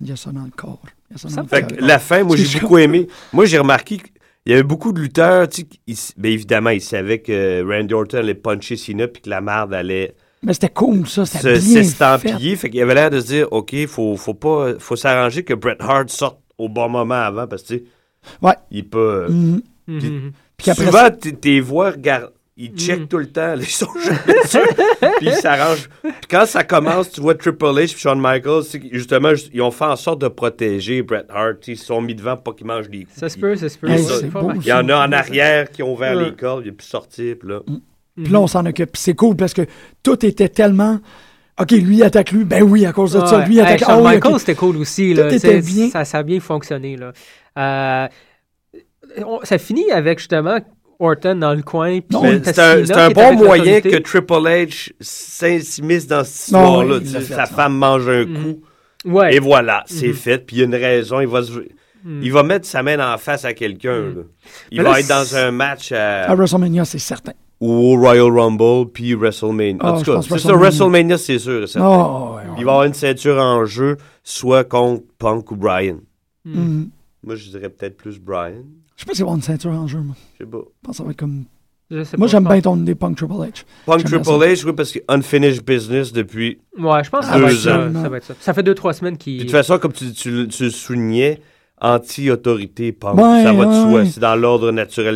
S3: Il y a ça dans le corps. Il y a ça dans
S5: Ça
S3: le
S4: Fait
S3: corps.
S4: que la fin, moi,
S3: C'est
S4: j'ai
S3: chaud.
S4: beaucoup aimé. Moi, j'ai remarqué qu'il y avait beaucoup de lutteurs. Tu sais, qui- ils- ben, évidemment, ils savaient que Randy Orton allait puncher Cena puis que la marde allait
S3: Mais c'était cool, ça. C'était
S4: se-
S3: bien fait.
S4: s'estampiller. Fait qu'il avait l'air de se dire OK, faut, faut, pas, faut s'arranger que Bret Hart sorte au bon moment avant parce que tu sais,
S3: Ouais.
S4: il peut. euh,
S3: Mhm.
S5: Mhm.
S3: Puis après
S4: Souvent, t- tes voix regardent. Ils
S5: Mm-hmm.
S4: checkent tout le temps. là, Ils sont jamais sûrs. puis ils s'arrangent. Puis quand ça commence, tu vois Triple H puis Shawn Michaels, c'est que, justement, ju- ils ont fait en sorte de protéger Bret Hart. tu sais, Ils se sont mis devant pour pas qu'il mange des coups.
S5: Ça se
S4: Ils-
S5: peut, ça se peut.
S3: Hey,
S5: Ouais,
S4: c'est
S5: pas
S3: beau,
S5: mal.
S4: Il y en a en arrière qui ont ouvert
S5: Ouais.
S4: les cordes, il a pu sortir, puis là.
S5: Mhm.
S3: Puis là, on s'en occupe. Puis c'est cool parce que tout était tellement. OK, lui attaque lui. Ben oui, à cause de ça.
S5: Ouais.
S3: Lui attaque.
S5: Hey,
S3: Ah
S5: Shawn
S3: oui,
S5: Michaels,
S3: ok.
S5: c'était cool aussi.
S3: Tout
S5: là. Tu
S3: était
S5: sais,
S3: bien.
S5: Ça, ça a bien fonctionné. Là. Euh, on- ça finit avec justement Orton dans le coin. puis
S3: Non,
S4: Mais
S5: t'as
S4: C'est un,
S5: Cena
S4: c'est
S5: qui
S4: un
S5: est
S4: bon
S5: avec
S4: moyen
S5: l'autorité.
S4: que Triple H s'immisce dans cette
S3: Non, Mm-hmm.
S4: histoire-là.
S3: oui,
S4: Tu
S3: il
S4: sais,
S3: l'a fait, ça.
S4: Sa femme mange un coup,
S5: Ouais.
S4: et voilà, c'est fait. Puis il y a une raison, il va, se-
S3: Mm.
S4: il va mettre sa main en face à quelqu'un. là. Il
S5: Mais
S4: va
S5: là,
S4: être dans
S5: c'est-
S4: un match à-
S3: À WrestleMania, c'est certain.
S4: ou au Royal Rumble, puis WrestleMania.
S3: Ah,
S4: en
S3: je
S4: tout cas,
S3: pense
S4: c'est ça,
S3: WrestleMania.
S4: WrestleMania, c'est sûr. et certain.
S3: Oh, ouais, ouais.
S4: Il va avoir une ceinture en jeu, soit contre Punk ou Brian.
S3: Mhm.
S4: Moi, je dirais peut-être plus Brian.
S3: Je sais pas s'il va y avoir une ceinture en jeu, moi.
S4: Je sais pas.
S3: Je pense que ça va être comme.
S5: Je sais
S3: Moi,
S5: pas,
S3: j'aime
S5: je pense-
S3: bien ton idée Punk Triple H.
S4: Punk
S3: J'aimerais
S4: Triple H, oui, parce que Unfinished Business depuis.
S5: Ouais, je pense que ça
S4: Deux
S5: va, être ça,
S3: ans.
S5: ça va être ça. Ça fait deux, trois semaines
S4: Puis de
S5: qu'il.
S4: toute façon, comme tu, tu, le- tu le soulignais, anti-autorité, Punk.
S3: Ouais,
S4: ça va de
S3: ouais,
S4: soi.
S3: ouais.
S4: C'est dans l'ordre naturel